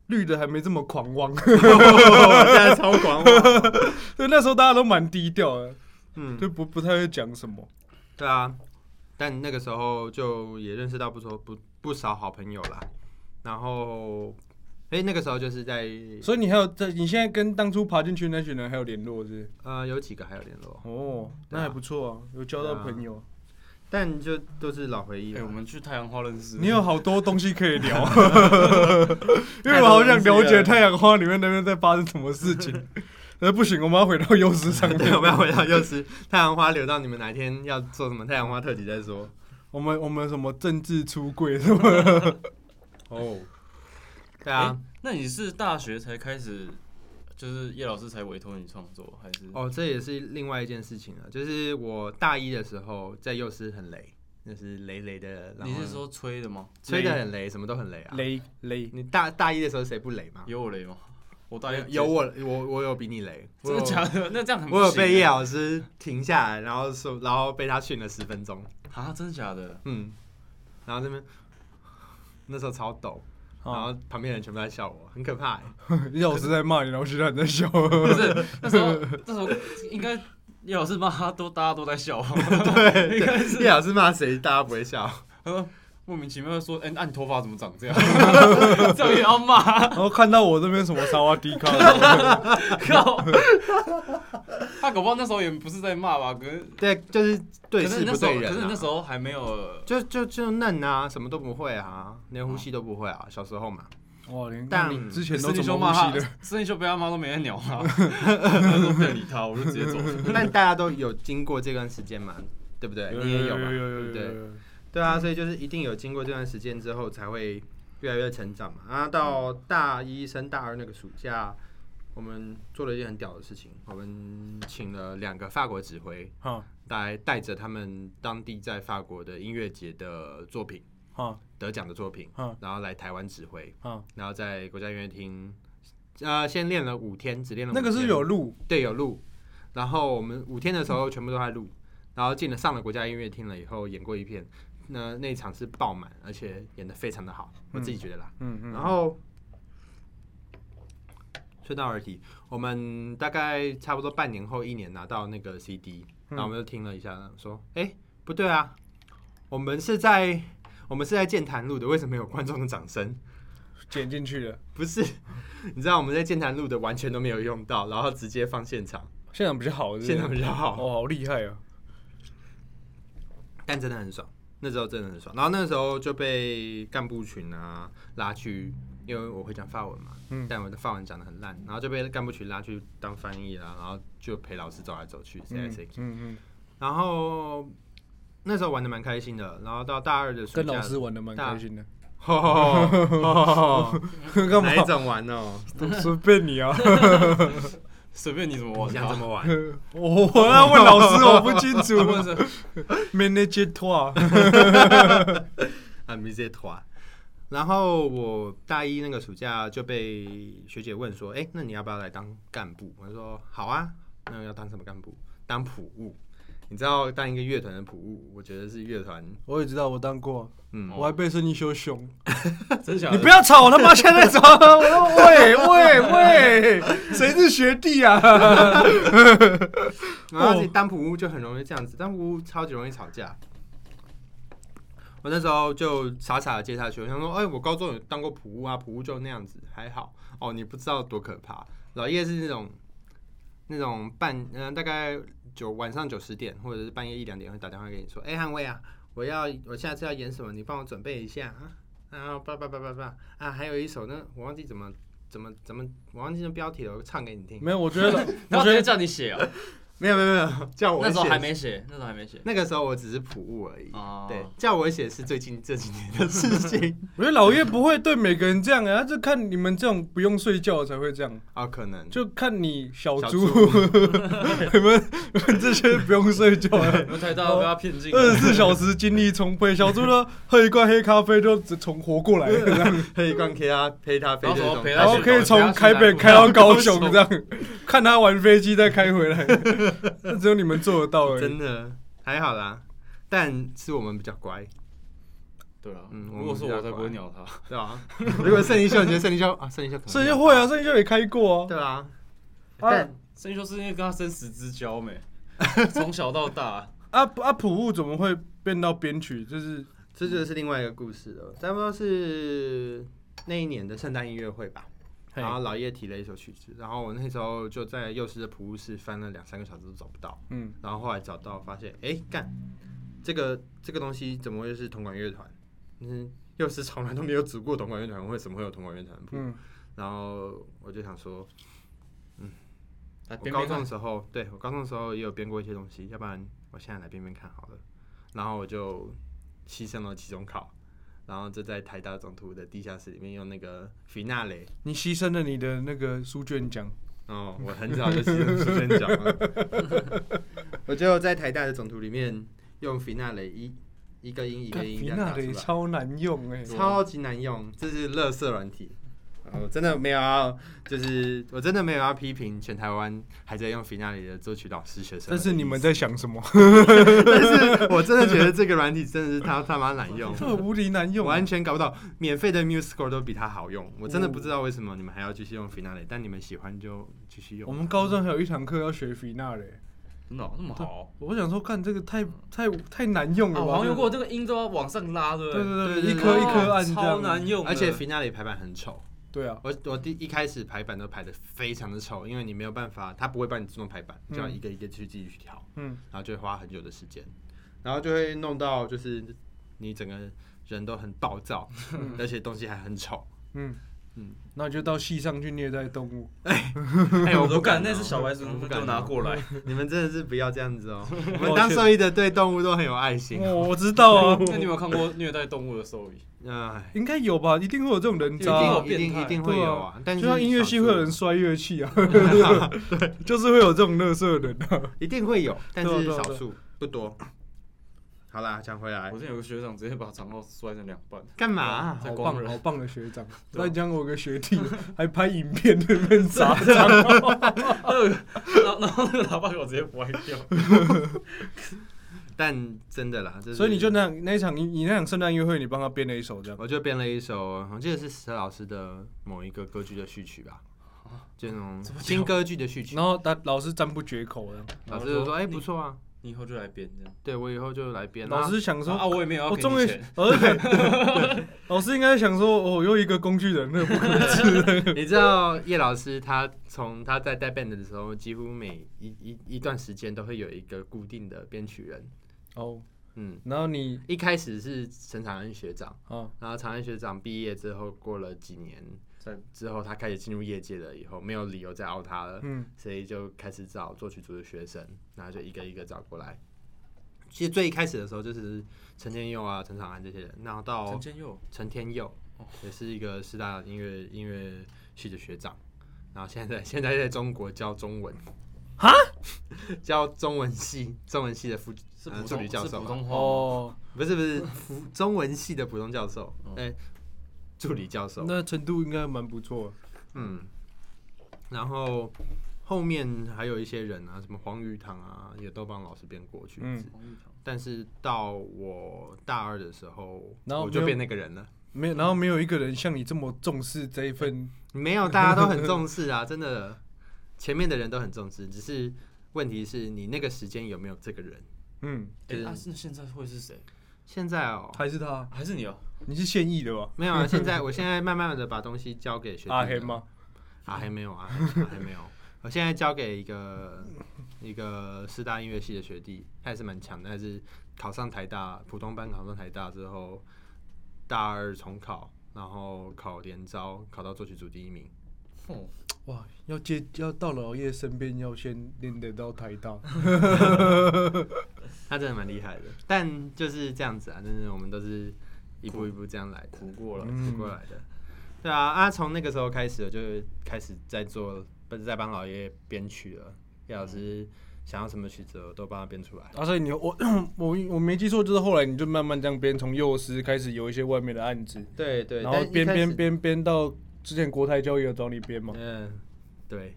绿的还没这么狂妄。 <laughs>
越来越敢
啊
<laughs> 大家超狂妄。
对，那时候大家都蛮低调的，
嗯，
就不不太会讲什么。
对啊，但那个时候就也认识到不少不不少好朋友啦。然后，哎、那个时候就是在
所以你还有在，你现在跟当初爬进去那群人还有联络是不是？
呃有几个还有联络，
哦，
对
那
啊
还不错啊，有交到朋友。
但就都是老回忆
哎，
了。
我们去太阳花认识。
你有好多东西可以
<laughs>
聊，因为我好想了解太阳花里面那边在发生什么事情。那不行，我们要回到幼师上面
<laughs> 对，。我们要回到幼师太阳花，留到你们哪一天要做什么太阳花特辑再说。
我们我们什么政治出柜什么的？
<laughs> 哦，对啊，
那你是大学才开始，就是叶老师才委托你创作，还是？
哦，这也是另外一件事情了，就是我大一的时候在幼师很雷，那是雷雷的。然后
你是说吹的吗？
吹的很雷，什么都很雷啊？
雷雷，
你大大一的时候谁不雷嘛？
有我雷吗？我大
有
概
有，我我我有比你雷，
真的假的？那这样很不
我有
行
被
欸
叶老师停下来，然后说，然后被他训了十分钟，
啊，真的假的？
嗯，然后这边那时候超抖，
哦
然
啊
后旁边人全部在笑我，很可怕欸、
叶老师在骂你，然后其他人在笑。
<laughs>
不是，那时候那时候应该叶老师骂他都大家都在笑，<laughs>
对
应该
对，叶老师骂谁大家不会笑，
他说莫名其妙地说，哎，那你头发怎么长这样？ <laughs> 这样也要骂？
然后看到我这边什么沙瓦迪
<laughs>
卡，然后
靠！他搞不好那时候也不是在骂吧？可是
对，就是对
可是
事
你那
不
时候
对，人、
可
啊。
是你那时候还没有。
就就就嫩啊，什么都不会啊，连呼
哦
吸都不会啊，小时候嘛。 <laughs>
哇，连
但
你之前都怎
森林
么
兄骂
呼吸
他
的？，
森林兄被他妈都没人鸟
<laughs>
他，他说不想理他，我就直接走。
但大家都有经过这段时间嘛，对不对？你也有嘛，对不对？
有，
对
嗯
啊，所以就是一定有经过这段时间之后，才会越来越成长嘛。啊，到大一升大二那个暑假，我们做了一件很屌的事情，我们请了两个法国指挥
哈
来带着他们当地在法国的音乐节的作品
哈
得奖的作品，
哈
然后来台湾指挥，
哈，
然后在国家音乐厅，呃，先练了五天，只练了五
那个是
天
有录，
对，有录。然后我们五天的时候全部都在录，然后进了上了国家音乐厅了以后演过一遍，那那一场是爆满，而且演的非常的好，我自己觉得啦。
嗯嗯，
然后顺道而提，我们大概差不多半年后一年拿到那个
嗯
CD，然后我们就听了一下，说，哎、不对啊，我们是在。我们是在健谈录的，为什么有观众的掌声？
剪进去了，
不是，你知道我们在健谈录的完全都没有用到，然后直接放现场，
现场比较好，是不是
现场比较好，
哦，好厉害啊！
但真的很爽，那时候真的很爽。然后那时候就被干部群啊拉去，因为我会讲法文嘛，
嗯
但我的法文讲的很烂，然后就被干部群拉去当翻译啦，然后就陪老师走来走去，谁来
嗯
谁去。
嗯嗯，
然后那时候玩的蛮开心的，然后到大二的暑假，
跟老
<laughs>
师玩的蛮开心的， <laughs>
哦，
干
哪一
嘛？
种玩哦？
随便你啊！
随便你怎么
你
玩
想怎
吧。
么玩？
我我要问老师，我不清楚。
或者
<laughs>
是
Manage t o
啊，米这团。然后我大一那个暑假就被学姐问说：“哎、那你要不要来当干部？”我就说：“好啊。”那要当什么干部？当普务。你知道当一个乐团的普务，我觉得是乐团，
我也知道，我当过，
哦
嗯，
我还被孙一修凶。
嗯
真小
你不要吵，我他妈现在吵！我说喂喂喂，谁是学弟啊？
然后而且当普务就很容易这样子，当普务超级容易吵架。我那时候就傻傻的接下去，我想说，哎、我高中有当过普务啊，普务就那样子，还好。哦，你不知道多可怕，老叶是那种那种半，嗯、大概九晚上九十点或者是半夜一两点会打电话给你说，哎、汉威啊，我要我下次要演什么，你帮我准备一下啊。然后叭叭叭叭叭啊，还有一首呢，我忘记怎么怎么怎么，我忘记那标题了，我唱给你听。
没有，我觉得老，
然
我觉
后直接
得
叫你写啊，
没有没有没有，叫我
那时候
写
还没写，那时候还没写。
那个时候我只是普务而已。
哦，
对，叫我写是最近这几年的事
<laughs>
情
我觉得老叶不会对每个人这样啊，他就看你们这种不用睡觉才会这样，
啊，可能
就看你小
小
猪， <laughs> 你们你们这些不用睡觉的。
我们台大要不要骗进？
二十四小时精力充沛，小猪呢喝一罐黑咖啡就只从活过来了，
嗯
<laughs> 这样
可以逛 K 他陪他飞
然后
这
什
种
么陪
然
他
后
去
可以从台北开到高雄，这样看他玩飞机再开回
<laughs>
来，那只有你们做得到而已。
真的还好啦，但是我们比较乖，
对了，
嗯
如果是我，
我们比较
才不
乖
会鸟他。
对吧、 <laughs> 如果圣一秀，你觉得圣一秀啊，圣一秀可能
圣秀会啊，，圣秀也开过啊。
对啊，
啊
但
生修是因为跟他生死之交没，从小到
<laughs>
大，
啊啊！普物怎么会变到编曲？就是
这就是另外一个故事了，差不多是那一年的圣诞音乐会吧。
嘿
然后老叶提了一首曲子，然后我那时候就在幼师的普务室翻了两三个小时都找不到。
嗯，
然后后来找到发现，哎、干，这个这个东西怎么会是铜管乐团？嗯，又是从来都没有组过铜管乐团，为什么会有铜管乐团谱？
嗯
然后我就想说，
来
我
边
高
边
中
看
的时候，对我高中的时候也有编过一些东西，要不然我现在来编编看好了。然后我就牺牲了期中考，然后就在台大总图的地下室里面用那个 finale。
你牺牲了你的那个书卷奖，
哦，我很早就牺牲牺牲奖了。 <laughs> 我就在台大的总图里面用 finale 一一个音一个音这
皮
样
纳
打
的
出
也
来，
超难用哎。
超级难用，这是垃圾软体。哦我真的没有要，就是我真的没有要批评全台湾还在用 finale 的作曲老师学生。
但是你们，在想什
<laughs>
么？
但是我真的觉得这个软体真的是他他妈难用，
这无敌 <laughs> 难用啊。
完全搞不到。免费的 MuseScore 都比它好用，我真的不知道为什么你们还要继续用 finale，但你们喜欢就继续用。
我们高中还有一堂课要学皮纳嘞，
真的哦那么好
我想说，看这个太太太难用
啊！
了
我
吧？
好像
这
有
个
过这个音都要往上拉，对不
对
对？
对
对对
对，一颗一颗
哦
按这
超
样，
难用的，<laughs>
而且 Finale 排版很丑，
对啊，
我我第一开始排版都排的非常的丑，因为你没有办法，他不会帮你自动排版，
嗯
就要一个一个去自己去调，
嗯，
然后就会花很久的时间，然后就会弄到就是你整个人都很暴躁，而且东西还很丑。
嗯
嗯
嗯，那就到戏上去虐待动物。
哎、
我
我不
不敢，
敢
那
哦
是小白鼠
我不，敢
就拿
哦。
过来。
你们真的是不要这样
<laughs>
子哦！我们
歉
当兽医的对动物都很有爱心。
我我知道啊，
<laughs> 那你有没有看过虐待动物的兽医？
哎，
应该有吧，一定会有这种人
一
渣
一
嗯
定
啊
有。
定一定一定会有啊！但
就是像音乐系会有人摔乐器
<laughs>
啊，就是会有这种乐色人啊。
一定会有，但
对啊
是
对啊
少
对啊
数不多。好啦，讲回来
我，之前有个学长直接把长号摔成两
<laughs>
半，
干嘛、
<laughs> 在
好
光
棒，
人
好棒的学长！
对啊
再讲我个学弟，还拍影片在那边
<laughs>
砸账。
哎
然后然后那个喇叭给我直接歪掉。
但真的啦，就是
所以你就那那一场，你你那场圣诞约会，你帮他编了一首这样。
我就编了一首，我记得是石头老师的某一个歌剧的序曲吧，
啊
就那种新歌剧的序曲。
然后他老师赞不绝口的，
老师就说：“哎、不错啊，
你以后就来编这样。
对我以后就来编。
老
啊
师想说，
啊，我也没有要
我
给你
终于
钱，，
我
<laughs>
是对老师应该想说，哦我又一个工具人，那不可能是。
你知道叶老师他从他在带 band 的时候，几乎每一一一段时间都会有一个固定的编曲人。
<laughs> 哦，
嗯，
然后你
一开始是陈长恩学长，
啊，
然后长安学长毕业之后，过了几年
在
之后，他开始进入业界了，以后没有理由再熬他了，
嗯，
所以就开始找作曲组的学生，然后就一个一个找过来。其实最一开始的时候就是陈天佑啊、陈长安这些人，然后到
陈建佑，
陈天佑
哦
也是一个师大音乐音乐系的学长，然后现在 <laughs> 现在在中国教中文，
哈，
<laughs> 教中文系中文系的副
是
呃
普
助理
通
教
是
授
普
嘛
通话吗，
哦，
不是不是，辅中文系的普通教授，哎、
哦
助理教授，
那程度应该蛮不错。
嗯，然后后面还有一些人啊，什么黄玉堂啊，也都帮老师编过
嗯
曲子。
黄玉堂
但是到我大二的时候，
然后
我就
没有
变那个人了。
没有，然后没有一个人像你这么重视这一份，
没有，大家都很重视啊，真 <laughs> 的，前面的人都很重视，只是问题是你那个时间有没有这个人？
嗯，
就是
哎，啊，是那现在会是谁？
现在哦、
还是他，
还是你哦？
你是现役的吧？
没有啊，现在我现在慢慢的把东西交给学弟
阿黑
了
吗？
啊，还没有啊，还还没有。 <laughs> 我现在交给一个一个师大音乐系的学弟，他也是蛮强的，但是考上台大普通班，考上台大之后，大二重考，然后考联招，考到作曲组第一名。
哦，
哇，要接要到老叶身边，要先练得到台大。
他真的蛮厉害的，但就是这样子啊，真的我们都是一步一步这样来的，
苦过了，
嗯
苦过来的。对啊，啊，从那个时候开始，我就开始在做，不是在帮老爷编曲了。叶老师想要什么曲子，我都帮他编出来。
<laughs> 啊，所以你我 <clears throat> 我我没记错，就是后来你就慢慢这样编，从幼师开始有一些外面的案子，
对对，
然
但
后
一
编
开
编
始，。
编编到之前国台交也有找你编嘛
嗯，对，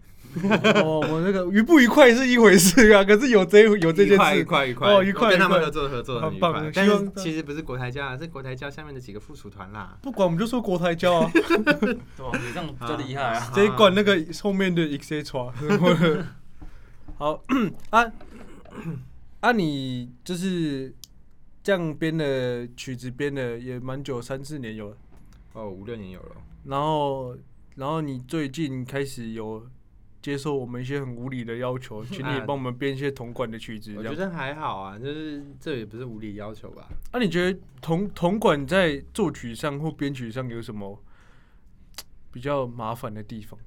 哦，我那个愉不愉快是一回事啊，可是有这有这件
块一
事，
块一块，
哦愉快
我跟他们
愉快
合作合作得很
好
愉
棒
快，
希
但
望
是其实不是国台交啊，是国台交下面的几个附属团啦。
不管我们就说国台交 <laughs> 啊，
对吧？你这样比较厉害啊。
谁管那个后面的 <laughs> etc。好啊啊，你就是这样编的曲子编的也蛮久，三四年有了。
哦，五六年有了，
然后，然后你最近开始有接受我们一些很无理的要求，请你
啊
帮我们编一些铜管的曲子。
我
这
觉
样，
得还好啊，就是这也不是无理要求
<laughs>
吧。
那、啊你觉得铜铜管在作曲上或编曲上有什么比较麻烦的地方？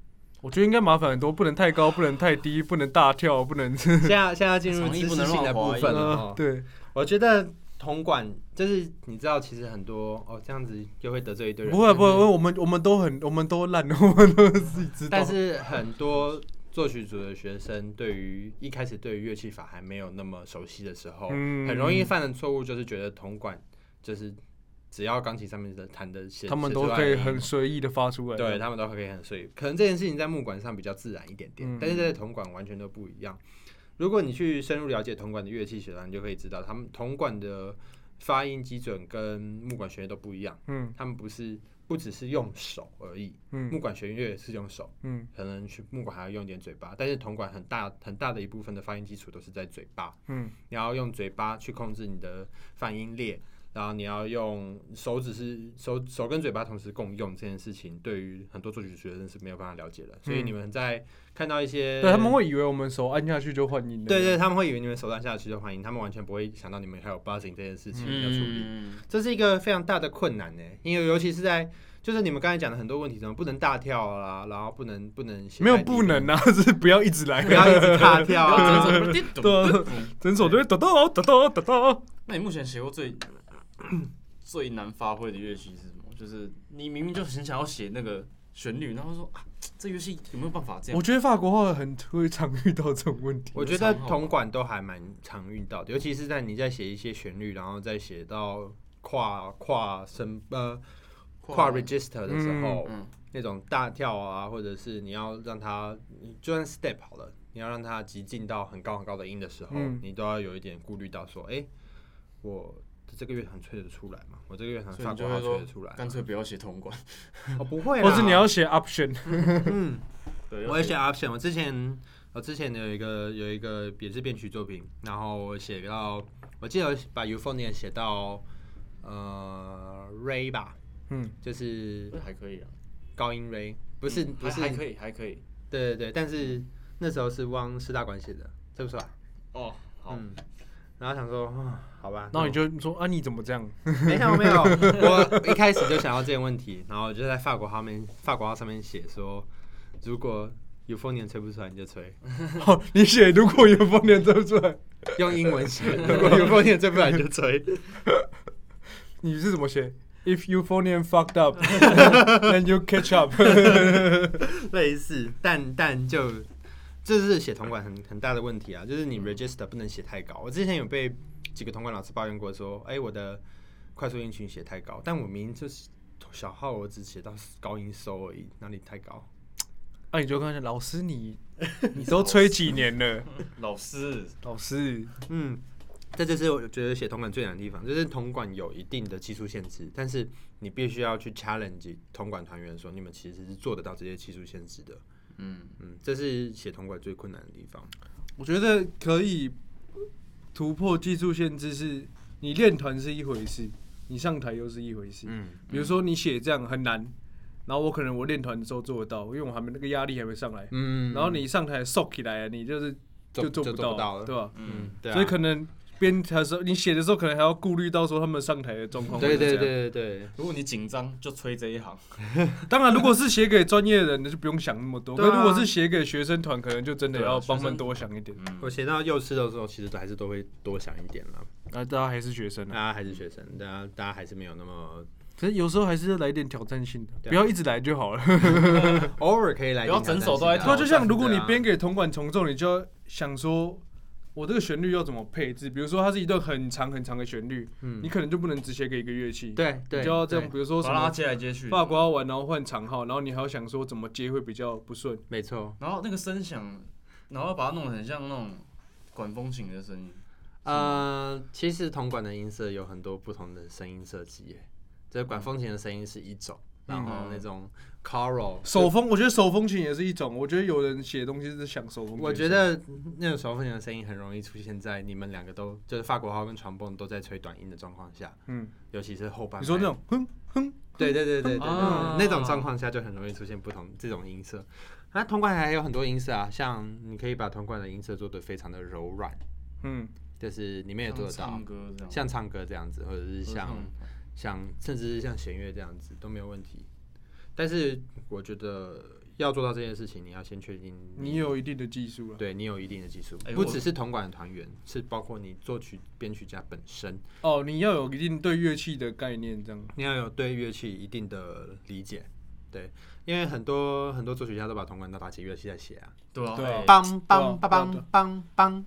我觉得应该麻烦很多，不能太高，不能太低，不能大跳，不能 <laughs>
现在现在要进入
长
知
音不
识
能
性
乱
的部
滑
分了
呃
哦。
对，
我觉得铜管就是你知道，其实很多哦，这样子又会得罪一堆人。
不会不会，
但是
我们我们都很我们都烂， <laughs> 我们都自己知道。
但是很多作曲组的学生对于一开始对于乐器法还没有那么熟悉的时候，
嗯
很容易犯的错误就是觉得铜管就是只要钢琴上面的弹的写，
他们
写
都
出来
可以
的音
很随意的发出来。
对，他们都可以很随意。可能这件事情在木管上比较自然一点点，
嗯
但是在铜管完全都不一样。如果你去深入了解铜管的乐器学你就可以知道他们铜管的发音基准跟木管弦乐都不一样。
嗯
他们不是不只是用手而已，木
嗯
管弦乐是用手，
嗯
可能去木管还要用一点嘴巴，但是铜管很大很大的一部分的发音基础都是在嘴巴。
嗯
你要用嘴巴去控制你的泛音列，然后你要用手指是手手跟嘴巴同时共用这件事情，对于很多作曲学生是没有办法了解的。所以你们在看到一些，
嗯对，他们，会以为我们手按下去就换音的。
对对，他们会以为你们手按下去就欢迎，他们完全不会想到你们还有 buzzing 这件事情要处理，
嗯，
这是一个非常大的困难呢。欸因为尤其是在就是你们刚才讲的很多问题中，不能大跳啦，然后不能不能
没有不能。啊， <laughs> 是不要一直来，啊
<laughs> 不要一
<laughs>
直大
<laughs> 然后
跳、啊，
整首叮咚
对啊
叮咚
整首都会哒哒哒哒哒哒。
那你目前写过最最难发挥的乐器是什么？就是你明明就很想要写那个旋律，然后说啊，这乐器有没有办法这样？
我觉得法国话很会常遇到这种问题。
我觉得
常好
铜管都还蛮常遇到的，尤其是在你在写一些旋律，然后再写到跨跨声呃跨 register 的时候，
嗯
那种大跳啊，或者是你要让它就算 step 好了，你要让它极进到很高很高的音的时候，
嗯
你都要有一点顾虑到说，哎、我这个乐团吹得出来吗？我这个乐团
所以
法
你就会
国号吹
说
得出来吗？
干脆不要写铜管，
哦，不会啦，
或是你要写 option，
嗯。
对，
我也写 option，我之前我之前有一个有一个也是编曲作品，然后我写到，我记得我把 Euphonia 写到呃 Ray 吧，
嗯，
就是
还可以啊，
高音 Ray，不是、
嗯
不是
还还可以，还可以。
对对对，但是那时候是汪师大管写的，这不错啊。
哦，好，
嗯，然后想说，啊好吧，
然后你就你说啊，你怎么这样？ <laughs>
没有没
<laughs>
有，我一开始就想到这个问题，然后我就在法国号面法国号上面写说，如果有风年吹不出来你就吹， <laughs>
好，你写如果有风年吹不出来，
用英文写，如果有风年吹不出来你就吹，
<laughs> 你是怎么写？If Euphonian fucked <laughs> up, then you catch up <laughs>
<laughs> 类似，但但就这是写铜管很很大的问题啊，就是
嗯
你 register 不能写太高。我之前有被几个铜管老师抱怨过说，哎、我的快速音群写太高，但我明明就是小号，我只写到高音收而已，哪里太高？
那、啊你就跟他讲，老师你你都吹几年 <laughs> 了？
老师，
老师，
嗯，这就是我觉得写铜管最难的地方，就是铜管有一定的技术限制，但是你必须要去 challenge 铜管团员说，你们其实是做得到这些技术限制的。
嗯，
嗯，这是写铜管最困难的地方。
我觉得可以突破技术限制是，你练团是一回事，你上台又是一回事。
嗯，
比如说你写这样很难，然后我可能我练团的时候做得到，因为我还没那个压力还没上来。
嗯
然后你上台 soak 起来，你就是
做
就做
就
不
做不到
到，
了
对吧？
嗯，对啊，
所以可能编的时候，你写的时候可能还要顾虑到说他们上台的状况。
对对。对对对，
如果你紧张，就吹这一行。
当然，如果是写给专业人的，就不用想那么多；，
对
可
啊
如果是写给学生团，可能就真的
对啊
要
学
帮忙
生
多想一点。
嗯
我写到幼师的时候，其实都还是都会多想一点啦。
啊，大家还是学生
大
啊，
家还是学生，大家大家还是没有那么
可是有时候还是要来点挑战性的，
对啊
不要一直来就好了。
偶尔可以来一点挑战性的
不要整首
啊。
都在
对啊，
跳
就像如果你
对啊
编给铜管从众，你就要想说，我这个旋律要怎么配置？比如说它是一段很长很长的旋律，
嗯
你可能就不能只写给一个乐器，，
对对，
你就要这样，
对，
比如说什
把它
么
接来接去。
发刮完，然后换长号，然后你还要想说怎么接会比较不顺。
没错。
然后那个声响，然后把它弄得很像那种管风琴的声音。
呃，其实铜管的音色有很多不同的声音设计耶，就是管风琴的声音是一种，然后那种 choral，、
手风，我觉得手风琴也是一种，我觉得有人写东西是想手风琴。
我觉得那种手风琴的声音很容易出现在你们两个都就是法国号跟传蹦都在吹短音的状况下，
嗯，
尤其是后半拍。
你说那种
哎
哼哼，
对？对对对对对对，嗯
啊
那种状况下就很容易出现不同这种音色。那铜管还有很多音色啊，像你可以把铜管的音色做得非常的柔软，
嗯，
就是你们也做得到
唱，歌这样，嗯
像唱歌这样子，或者是像。像甚至是像弦乐这样子都没有问题。但是我觉得要做到这件事情，你要先确定
你有一定的技术了。
对你有一定的技术，
哎
不
我
只是铜管的团员，是包括你作曲编曲家本身，
哦，你要有一定对乐器的概念，这样。
你要有对乐器一定的理解。对，因为很多很多作曲家都把铜管当打击乐器在写啊，
对啊，
对
哎
啊
梆梆梆
梆
梆
梆
梆梆，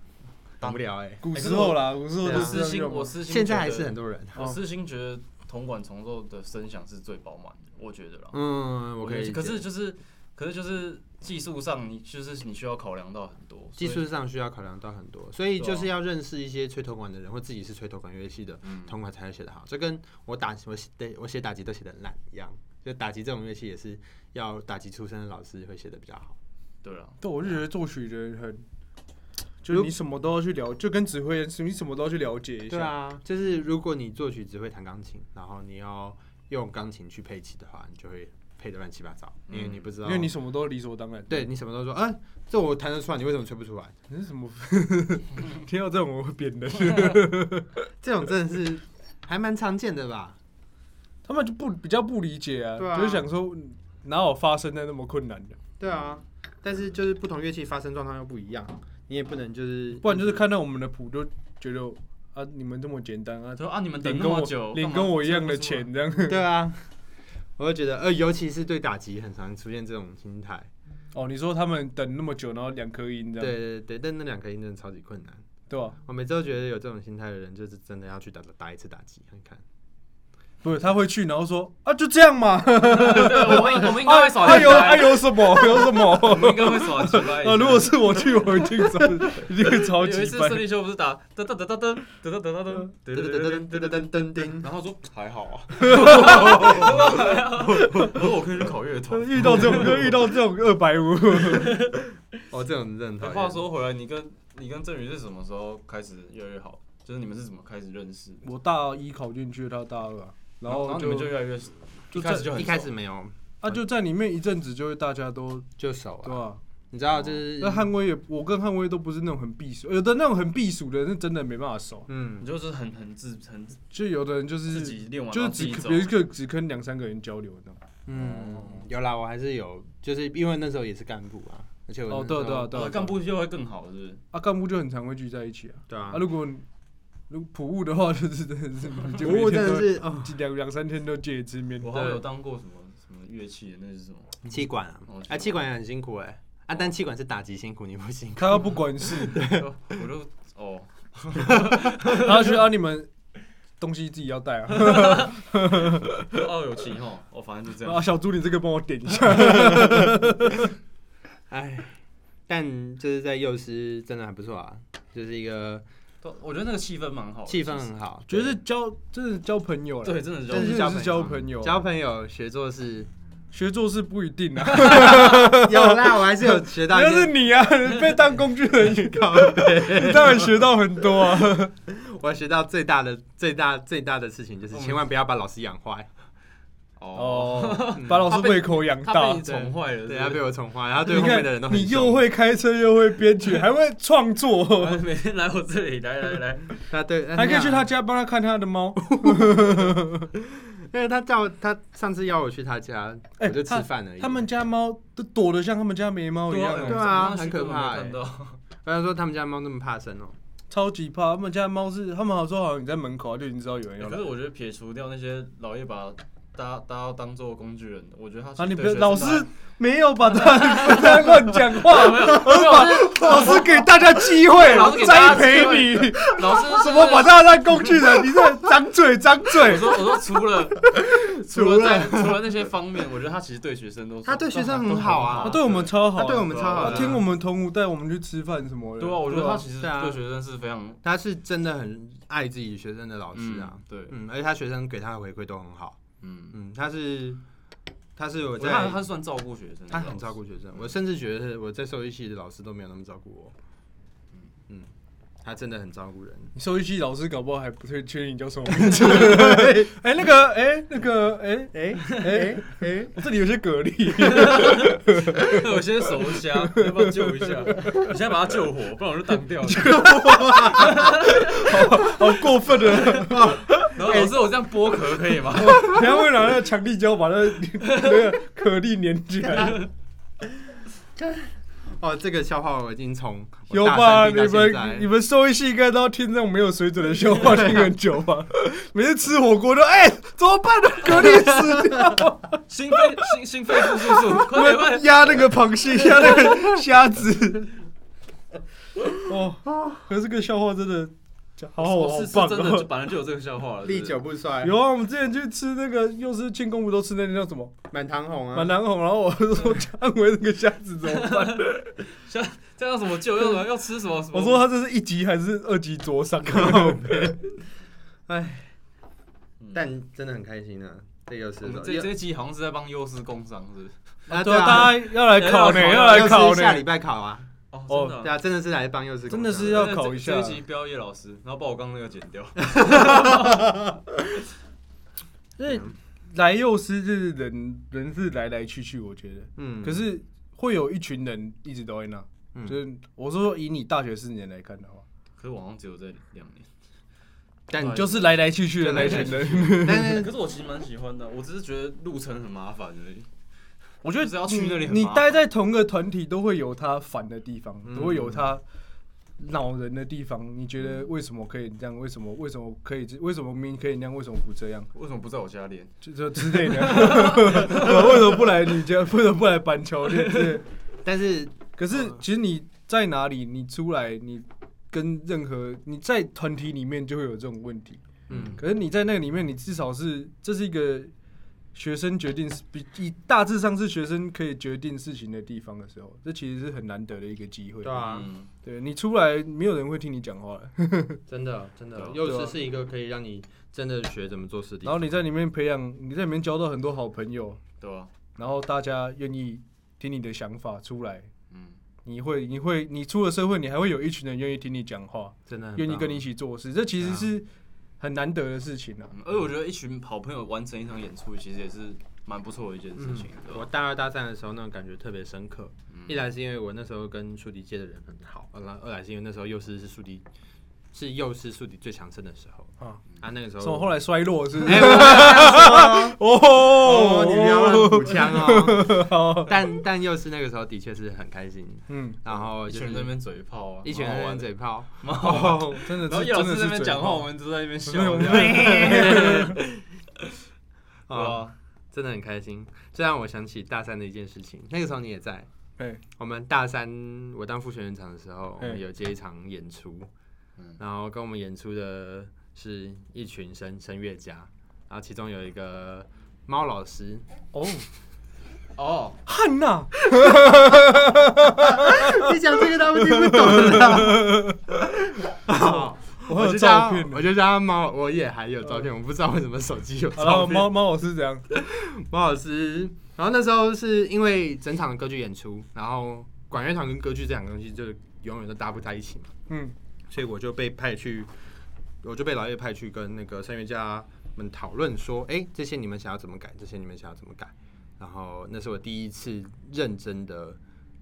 很无聊哎、
古时候啦，古时候
对啊
都是
我私
这哦
心，
样
我
用。
私心
现在还
觉
是
得
很多人。
我私心觉得铜管重奏的声响是最饱满的，我觉得啦。
嗯，我可以理解。
可是就是，可是就是技术上，你就是你需要考量到很多
技
所以
术上需要考量到很多，所以
对啊
就是要认识一些吹铜管的人，或自己是吹铜管乐器的
嗯，
铜管才能写得好。这跟我打我写对我写打击都写的烂一样，就打击这种乐器也是要打击出身的老师会写的比较好。
对啊了，
对，我就觉得作曲人很，就
如
你什么都要去了，就跟指挥人是，你什么都要去了解一
对
下。
啊，就是如果你作曲只会弹钢琴，然后你要用钢琴去配器的话，你就会配的乱七八糟，因为
嗯
你不知
因
道，
为你什么都理所当然。
对，你什么都说，啊，这我弹得出来，你为什么吹不出来？
你是什么？ <laughs> 听到这种我会扁人。
这种真的是还蛮常见的吧？
他们就不比较不理解啊，
对啊
就是想说哪有发生在那么困难的，
对啊，但是就是不同乐器发生状况又不一样，你也不能就是， <laughs>
不然就是看到我们的谱就觉得啊，你们这么简单啊
他，说啊，你们等
领
那
跟
么
我
久，
领
干嘛
跟我一样的
吹不出来，
钱这样。
对啊，我就觉得呃，尤其是对打击很常出现这种心态，
<laughs> 哦，你说他们等那么久，然后两颗音这
对啊
样，
对对，但那两颗音真的超级困难。
对吧？
我每次都觉得有这种心态的人，就是真的要去打打一次打击看看，
不是他会去，然后说啊就这样
<laughs>
嘛，
对，我们我们应该
啊
会耍
啊
起
有啊
哦来，
有什么 <laughs> 有什
我
么？
<laughs> 们应该会耍起来。
<laughs> 啊，如果是我去，我一定超一定会超级
有一次
掰
胜。利修不是打噔噔噔噔噔噔噔噔噔噔噔噔噔噔噔噔噔噔，然后说还好 <laughs> 啊，我说我可以去考乐团。
<laughs> 遇到这种就遇到这种二百
<laughs>
五，
哦，这种认同。
话说回来，你跟你跟郑宇是什么时候开始越来越好？就是你们是怎么开始认识的？
我大一考进去，他大二啊，然后
你们就
就
越来越
就
一开始就很
一开始没有，
啊就在里面一阵子，就会大家都
就熟
对
啊。
吧？
你知道，就是
那汉威也，我跟汉威都不是那种很避暑，有的那种很避暑的，是真的没办法熟。
嗯
你，就是很很自很
就有的人就
自
是
己练完
就是只
自己走
别。个只跟两三个人交流那种。
嗯，有啦，我还是有，就是因为那时候也是干部啊，而且我
哦，
那时
对
候
啊对啊，对啊，
干部就会更好，是不是？
啊干部就很常会聚在一起啊。
对啊
啊，，如果你如果普务的话，就是真的是你就
服务
每
真
天
的
都
是哦，
两两三天都见一次面。
我好像有当过什么什么乐器的，那
<laughs>
是什么？
气管啊
哦，
啊，气管也很辛苦哎，啊，但气管是打击辛苦，你不 <laughs> 辛苦。
他不管
<laughs>
事，
我就哦，
他去啊你们东西自己要带啊。
哦有琴哦，哦反正就这
<laughs>
样
啊，。小猪你这个帮我点一下。
哎，但就是在幼师真的还不错啊，就是一个
都我觉得那个气氛蛮好的，
气氛很好，
觉得交真的交朋友
其实
了，
对，真的
真
是
是
交
交朋友啊
交朋友学做事
学做事不一定
<laughs>
啊。
<laughs> 有啦，我还是有学到
<laughs>
一
那是
些。
你啊，被当工具人，你
靠
<laughs>
北
当然学到很多啊。
我学到最大的、最大、最大的事情就是，千万不要把老师养坏。
哦，
哦，把老师胃口养
他
大
被你。宠坏了，
对，
是
他
不
被
是
我宠坏，然后对
你
后面
看
的人都，很
你
凶
又会开车，又会编曲，还会创
<laughs>
作，
每天来我这里， <laughs> 来来来，
他对，
还可以去他家帮他看他的猫。
因为他叫我他上次邀我去他家，我
哎
就吃饭而已。
他们家猫都躲得像他们家没猫一样
对
啊，
啊
我刚刚去
很可
根本
怕
没看到
不然说他们家猫那么怕生哦、
超级怕。他们家猫是，他们好像说好像你在门口啊就已经知道有人要
欸
来
可是。我觉得撇除掉那些老爷把大家大家当做工具人的，我觉得他
啊，你别
对学生
老
态
师没有把他不要乱讲话，
没有没有没有啊
我把老师给大家机会
老师给，
栽
大家
培
机会
你。
老师
怎么把
他？
他当工具人？你这张嘴张
我
嘴！
说我说除了除了在除了那些方面，我觉得他其实对学生都
他对学生很好啊
都
他
很
对我们超好，
他对我们超好
他
的、
啊
啊
听我们同舞带我们去吃饭什么的。
啊对啊，我觉得他其实
对啊
对学生是非常
他是真的很爱自己学生的老师啊
嗯，对
嗯，而且他学生给他的回馈都很好，
嗯，
嗯，他是他是我
我觉
在
得他他是算照顾学生，
他很照顾学
嗯
生，我甚至觉得我在兽医系的老师都没有那么照顾我，嗯，他真的很照顾人，
你兽医系老师搞不好还不会确定你叫什么名
<laughs>
字。哎，那个，哎，那个，哎，哎，哎，哎，我这里有些蛤蜊。 <laughs>
<laughs> 有些手瞎，要不要救一下？你现在把他救活，不然我就挡
<laughs>
掉了。
好过分啊的！
然后老师，我这样剥壳可以吗？
人家会拿那个强力胶把那个那个蛤蜊粘起
<laughs>
来。
哦，这个笑话我已经从我
有
大
吧？
三
你
听到现在
们你们兽医系应该都要听这种没有水准的笑话 <laughs> 听很久吧？每次吃火锅都哎、怎么办呢？蛤蜊死掉。
<laughs> 心肺心心肺复苏
<laughs>
术，快点快点！
压那个螃蟹，压那个虾子。哦，可是这个笑话真的好好好
是是
棒
真的，
哦！
本来就有这个笑话了。
历久不衰，
有啊，我们之前去吃那个，又是庆功不都吃那个叫什么
满堂红啊，
满南红，然后我就说 <laughs> 安维那个虾子怎么办？
像这样什么救，要什么要吃什么什么？
哦我说他这是一级还是二级灼 <laughs> 伤？啊
嗯，
但真的很开心啊，这个
我
是
们这这一集好像是在帮优师工商，是不是？
啊
对啊，大家要来考呢，要
要
来考
下礼
呢。
拜考啊，
哦，真
对
的啊。
啊，真的是来帮幼师工
真的是
商
要
那这
考一下
这一集标叶老师，然后把我刚刚那个剪
<laughs>
掉。
因为来幼师就是人人是来来去去，我觉得，
嗯，
可是会有一群人一直都在那。
嗯
就是我是说，以你大学四年来看的话，
可是我好像只有这两年，
<laughs>
但
你
就是来来去去的那群人。
但嗯是
哎可是我其实蛮喜欢的，我只是觉得路程很麻烦而已。
我觉得
就是要去那里很
你
麻烦
待在同个团体都会有他烦的地方，
嗯
都会有他恼人的地方。你觉得为什么可以这样？为什么为什么可以这？为什么明明可以那样？为什么不这样？
为什么不在我家练？
就这之类的。为什么不来你家？为什么不来板桥练之类的？
但是
可是其实你在哪里，你出来，你跟任何你在团体里面就会有这种问题。
嗯
可是你在那个里面，你至少是这是一个学生决定是比以大致上是学生可以决定事情的地方的时候，这其实是很难得的一个机会。
对啊
嗯
对你出来，没有人会听你讲话了。
<laughs> 真的真的
对啊，
幼
对啊
师是一个可以让你真的学怎么做事的地
然后
方。
你在里面培养，你在里面交到很多好朋友，
对啊，
然后大家愿意听你的想法出来。
嗯，
你会，你会，你出了社会，你还会有一群人愿意听你讲话，
真的很棒
愿意跟你一起做事，这其实
对啊
是很难得的事情
<laughs>
啊。
嗯而且我觉得一群好朋友完成一场演出，其实也是蛮不错的一件事
嗯
情，对
我
吧？
大二大三的时候，那种感觉特别深刻。
嗯
一来是因为我那时候跟宿敌界的人很好，二来二来是因为那时候幼师是宿敌，是幼师宿敌最强盛的时候。
啊，
啊，那个时候
从后来衰落是不是？
哎，我没有这样
哦
说哦，你不要乱补枪哦。 <laughs> 但但幼师那个时候的确是很开心，
嗯，
然后
一
就
群人
是
在那边嘴炮啊，
一群人在那边嘴炮，
蛮好玩的，蛮好玩的。
哦真的是，
然后叶老师
真的是
在那边
嘴
讲话，
炮
我们都在那边笑，啊
没有
这样对
啊，
啊，
真的很开心。这让我想起大三的一件事情，那个时候你也在。
哎，
我们大三我当副学院长的时候，我
嗯
们有接一场演出，
嗯
然后跟我们演出的是一群声声乐家，然后其中有一个猫老师，
哦，
哦，
汉娜，
你讲这个他们听不懂的。好
我有
就叫
照
他
片
<laughs> 我
呢。
就叫他猫，我也还有照片，我不知道为什么手机有
好了，
照片。
哦猫猫老师怎样？
猫老师，然后那时候是因为整场的歌剧演出，然后管乐团跟歌剧这两个东西就永远都搭不在一起嘛。
嗯，
所以我就被派去，我就被老叶派去跟那个声乐家们讨论说，哎、这些你们想要怎么改，这些你们想要怎么改。然后那是我第一次认真的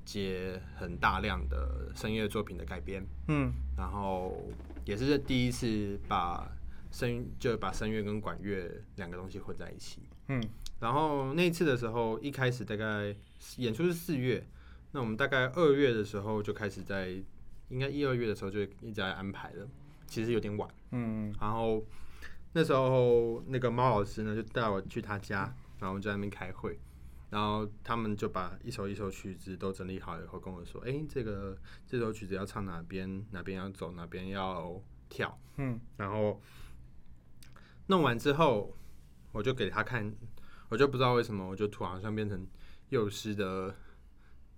接很大量的声乐作品的改编，
嗯，
然后也是第一次把声就把声乐跟管乐两个东西混在一起。
嗯，
然后那一次的时候，一开始大概演出是四月，那我们大概二月的时候就开始在，应该一二月的时候就一直在安排了，其实有点晚。
嗯，
然后那时候那个猫老师呢就带我去他家，然后我们就在那边开会，然后他们就把一首一首曲子都整理好以后跟我说，哎、这个这首曲子要唱哪边，哪边要走，哪边要跳。
嗯，
然后弄完之后，我就给他看，我就不知道为什么，我就突然好像变成幼师的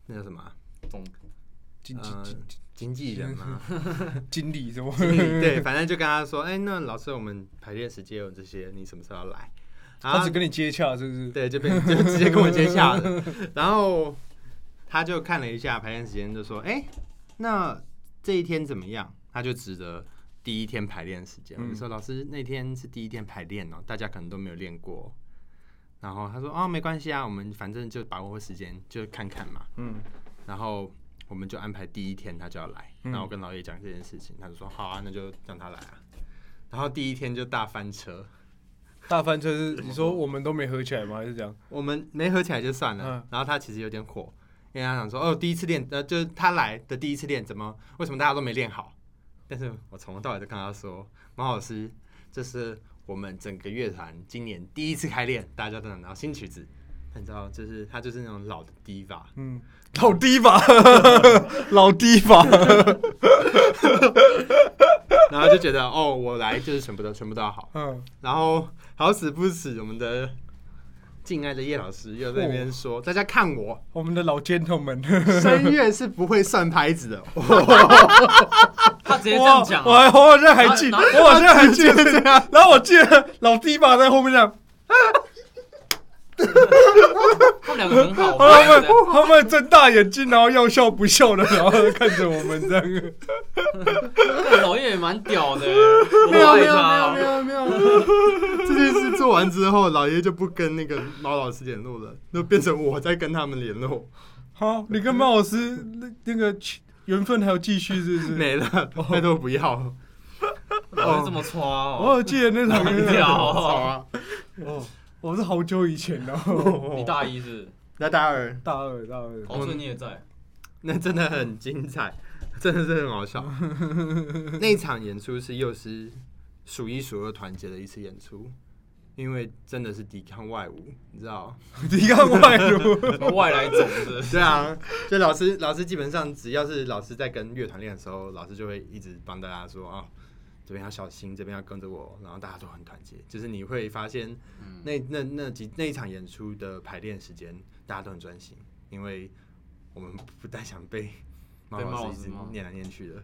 那叫什么啊、
懂，
经
呃啊
经
经纪人嘛，
经理什么？
经理对，反正就跟他说，哎、那老师，我们排练时间有这些，你什么时候要来？
<laughs>
然
他
后
只跟你接洽是不是？
对，就变就直接跟我接洽了。然后他就看了一下排练时间，就说：“哎、那这一天怎么样？”他就指着第一天排练时间，我
嗯
就说：“老师，那天是第一天排练哦，大家可能都没有练过。”然后他说：“哦，没关系啊，我们反正就把握时间，就看看嘛。”
嗯，
然后我们就安排第一天他就要来，
嗯
然后我跟老叶讲这件事情，他就说：“好啊，那就让他来啊。”然后第一天就大翻车，
大翻车是你说我们都没合起来吗？还是这样？
我们没合起来就算了。
嗯
然后他其实有点火，因为他想说，哦，第一次练，呃，就是他来的第一次练，怎么为什么大家都没练好？但是我从头到尾都跟他说，毛老师，这是我们整个乐团今年第一次开练，大家都想到新曲子。你知道，就是他就是那种老的 diva，
嗯，老低吧， <laughs> 老低吧。
<laughs> 然后就觉得哦，我来就是全部都全部都要好。
嗯，
然后好死不死，我们的敬爱的叶老师又在那边说，大家看我， <laughs>
我们的老尖头们， <laughs>
声乐是不会算拍子的。
他直接这样
哇
讲
我还
啊，
我好像还记，
然后
我好像
啊
还记得这样。然后我记得老低吧在后面这样，
他们两个很好
然后
哦
他
玩
们，他们睁大眼睛，然后要笑不笑的，然后看着我们这样。
对老叶也蛮屌的，
没有
我
没
爱
有
他啊
没有没有没有，这件事做完之后，老爷就不跟那个猫老师联络了，就变成我在跟他们联 <laughs> 络，
好，你跟猫老师那那个缘分还有继续是不是？
没了，拜托不要。
老叶这么刷
我
哦，
有记得那场
很屌哦，
啊，
哦，我是好久以前的哦，
你大一是
那大二
大二大二
不是，哦，所以你也在，
那真的很精彩，真的是很好 <laughs> 笑。那一场演出是幼师数一数二团结的一次演出，因为真的是抵抗外侮，你知道。
你看外如，
什么外来种是？
<laughs> 对啊，所以老师老师基本上只要是老师在跟乐团练的时候，老师就会一直帮大家说啊、这边要小心，这边要跟着我，然后大家都很团结。就是你会发现
嗯
那，那那那几那一场演出的排练时间，大家都很专心，因为我们不太想被猫
被猫
老
老
师一
师
直
骂
念来念去的。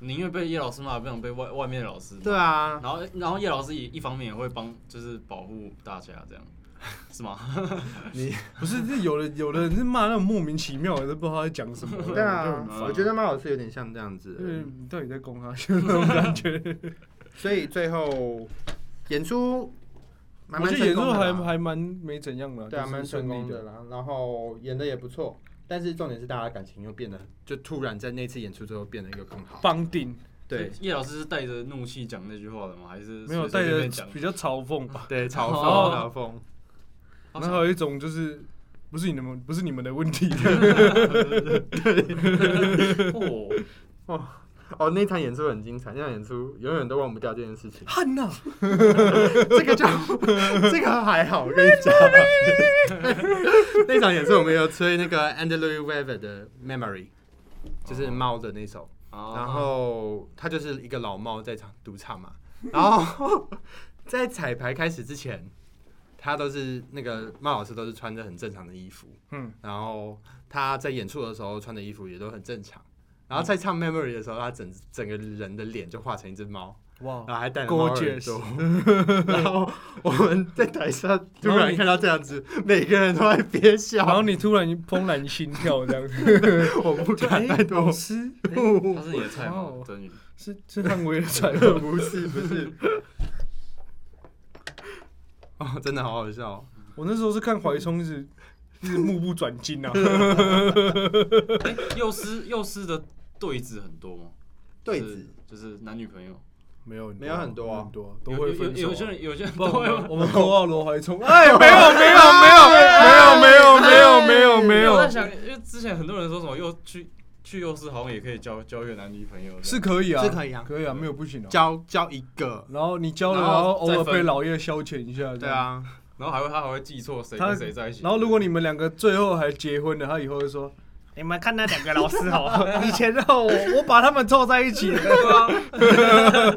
宁愿被叶老师骂，不想被外外面的老师骂。
对啊，
然后，然后叶老师也一方面也会帮，就是保护大家
<laughs>
这样，是吗？
你
不是，这有的有的人是骂那种莫名其妙的，都不知道他在讲什么，
<laughs> 对
就
啊嗯
很，
我觉得猫老师有点像这样子的
就是
人。
你嗯到底在攻他，就那种 <laughs> 感觉。
所以最后演出慢
我
慢
觉得演
成功
出
的啦
还还蛮没怎样的，
对啊，
就是
蛮成
顺利
功的
的。
啦，然后演的也不错，但是重点是大家感情又变得，就突然在那次演出之后变得一个更好。
绑定
对
叶老师是带着怒气讲那句话的吗？还是
没有带
随随
着
便便讲？
比较嘲讽吧，
对，嘲
哦
讽嘲讽，
好
然后还有一种就是不是你们不是你们的问 <laughs> 题，。
哦，
哦，那场演出很精彩，那场演出永远都忘不掉这件事情
<laughs> 汉娜，
这个就 <laughs> 这个还好，我跟你讲。那场演出我们有吹那个 Andrew Weaver 的 Memory，就是猫的那首。
哦
哦
然后他就是一个老猫在场独唱嘛， <laughs> 然后在彩排开始之前，他都是那个猫老师都是穿着很正常的衣服，
嗯，
然后他在演出的时候穿的衣服也都很正
嗯
常，然后在唱 Memory 的时候，他整整个人的脸就画成一只猫，
哇，
然后还戴着猫耳
嗯 Gorgeous
朵， <laughs> 然后我们在台上
<laughs>
突
然后
然
你
看到这样子，每个人都在憋
然后
笑，
你突然怦然心跳
<laughs>
这样子，
我不敢，拜托
老，师
他是你的菜
哇
吗
哦？
真宇，
是是汉威的彩虹，
<laughs> 不是不是。哦，真的好好笑哦、
我那时候是看怀冲 <laughs> 是是目不转睛
<laughs>
啊，
哎，幼师幼师的对子很多吗？
对
就是
子，
就是男女朋友，
没有
没有很多啊
很多都
有
会
有
分手
有有些
啊。
人有些人
不
都
然我们
会
<laughs>
我们扣到罗怀冲，哎，没有没有没有没有没有没有没有没
我
有，
在
哎
想，因为之前很多人说什么又去去幼师好像也可以交交越南女朋友，
是可以啊，
是可以啊
可以啊，没有不行啊。
交交一个，
然后你交了，
然
然
后
后偶尔
再分
被老叶消遣一下，
对。啊，
然后还会他还会记错谁
他
跟谁在一起，
然后如果你们两个最后还结婚了，他以后就说。你们看那两个老师 <laughs> 哦，以前让我我把他们凑在一起的，
对啊，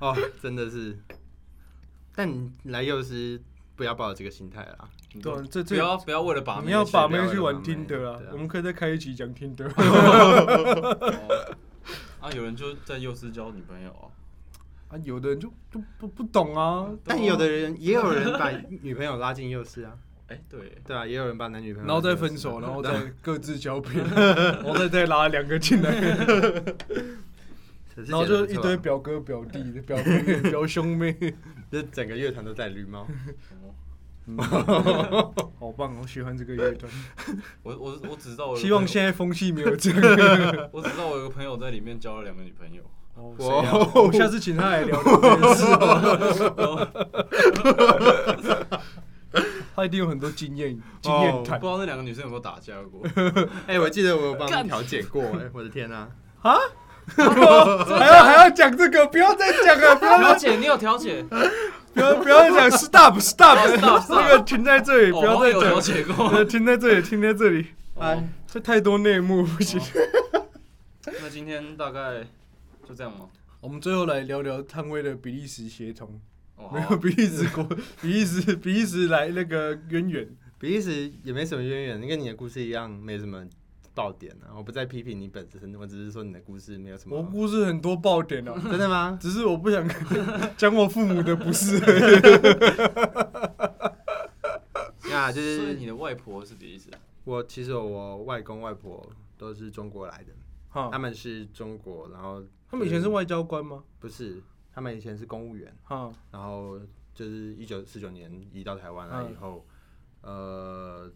哦，真的是。但你来幼师不要抱有这个心态啦，
对啊，这
不
这
要不要为了把妹
你要
去
把
妹
妹去
去
玩
把妹
Tinder 啊
对啊，
我们可以再开一集讲 Tinder。
哦啊，有人就在幼师交女朋友啊，
<laughs> 啊，有的人就就不不懂啊，
但有的人也有人把女朋友拉进幼师啊，
哎，对，
对啊，也有人把男女朋友
然后再
拉进幼
分
师
手，
啊
然后再各自交配，然后再再拉两个进 <laughs> 来，
可是
然后
写得
就
不
一
错啊
堆，表哥表弟、表妹、表兄妹， <laughs>
就整个乐团都戴绿帽，
哦
好棒！我喜欢这个乐 <laughs> 团，
我我我只知道我有个
希望
朋友
现在风气没有这样。
我只知道我有个朋友在里面交了两个女朋友，
<laughs> 哦
哇
谁啊我下次请他来聊这件事 <laughs> 吧，他一定有很多经验经验
不
谈
知道那两个女生有没有打架
<laughs>
过，
<laughs> 哎、我记得我有帮你调解过、哎，我的天啊，
啊。 <laughs> 还要还要讲这个，不要再讲了，不要
调解，你有调
<laughs>
解？
不要不要再讲 stop stop，
stop，stop
这个停在这里，
哦
不要
我
再
有调
讲
解
了， <laughs>
过。
停在这里，停在 <laughs> 这里，
哎，
这太多内幕不行。
<laughs> 那今天大概就这样吗？
我们最后来聊聊探威的比利时协同，
哦，
没
好
有
啊
比利时国， <laughs> 比利时比利时来那个渊源。
比利时也没什么渊源，跟你的故事一样，没什么爆点啊。我不再批评你本身，我只是说你的故事没有什
我
么。
故事很多爆点哦、 <laughs>
真的吗？
只是我不想 <laughs> 讲我父母的不是。 <laughs>
啊，就
<laughs> 所以
是
你的外婆是比利时人，
我其实我外公外婆都是中国来的，
哦
哈
他，们是中国，然后
他们以前是外交官吗？
不是，他们以前是公务员，
哈，
然后就是一九四九年移到台湾来
嗯
以后，呃，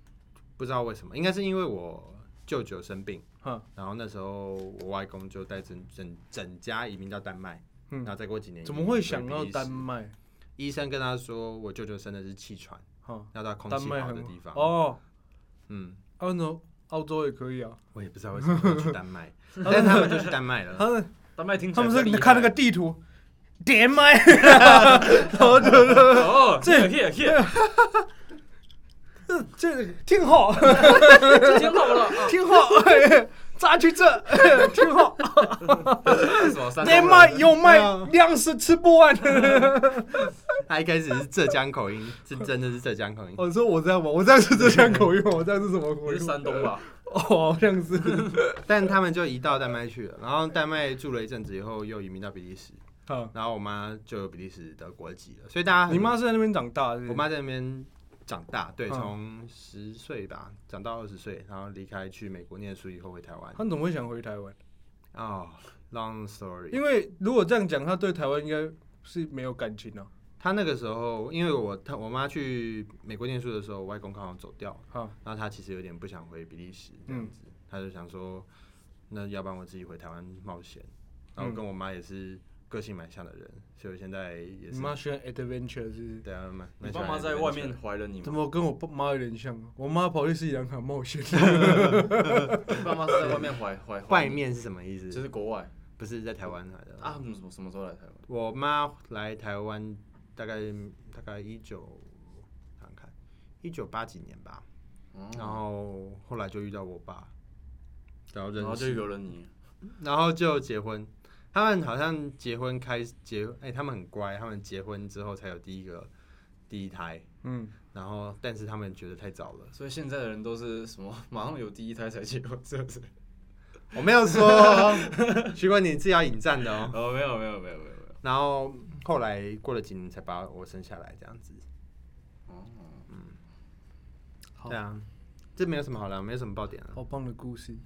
不知道为什么，应该是因为我舅舅生病
嗯，
然后那时候我外公就带整整整家移民到丹麦，
嗯
然后再过几年
怎么会想
移民
到
回比利时
丹？麦？
医生跟他说，我舅舅生的是气喘，
哈，
要到空
丹
气
麦
好的
很
地方。
哦，
嗯，
澳洲澳洲也可以啊。
我也不知道为什么会去丹麦， <laughs> 但是他们就去丹麦了。
他们
丹麦听起
他
来
们
比
是
较
看那个
厉
地图， <laughs> 丹麦 <laughs>
害哦，这 here here
嗯这这挺好，
这挺好了啊，
挺好，榨取者，听好，
为什么山
连
东
卖
人
有卖
对啊，
粮食吃不完。 <laughs>
他一开始是浙江口音，是真的是浙江口音。
我哦说我这样吗？我这样是浙江口音吗？我这样是什么口
我
音？
是山东吧？
哦，好像是。
但他们就移到丹麦去了，然后丹麦住了一阵子以后，又移民到比利时，
好，
然后我妈就有比利时的国籍了，所以大家很
你妈是在那边长大的。
我妈在那边长大，对，
嗯
从十岁吧长到二十岁，然后离开去美国念书以后回台湾
她。怎么会想回台湾？
哦、l o n g story。
因为如果这样讲，她对台湾应该是没有感情啊。
她那个时候，因为我她我妈去美国念书的时候，我外公刚好走掉，
好，
然后她其实有点不想回比利时这样
嗯
子，她就想说，那要不然我自己回台湾冒险。然后
嗯
跟我妈也是个性蛮像的人，所以我现在也
你
是
妈喜欢 adventure 是不是？
对啊，蛮
你
蛮喜
爸
欢
妈在
adventure
外面怀了你
怎
吗？
么跟我爸妈有点像啊？我妈跑去斯里兰卡冒险，
你爸妈是在外面怀怀怀
外
你，
面是什么意
就
思？
是国外
不是在台湾来的
啊？他们什么什么时候来台湾？
我妈来台湾大概大概一九，看看一九八几年吧，
哦
哦
然后后来就遇到我爸，然后
然
哦
后
认
就
识，
有了你，
然后就结婚。他们好像结婚开结，哎、他们很乖，他们结婚之后才有第一个第一胎，
嗯，
然后但是他们觉得太早了，
所以现在的人都是什么？ <laughs> 马上有第一胎才结婚，是不 <laughs> 是？
我没有说
<laughs>
哦，徐冠你自己要引战的哦。
哦，没有没有没有没有没有。
然后后来过了几年才把我生下来，这样子。
哦，
好
对啊，这没有什么好聊，没有什么爆点啊了。
好棒的故事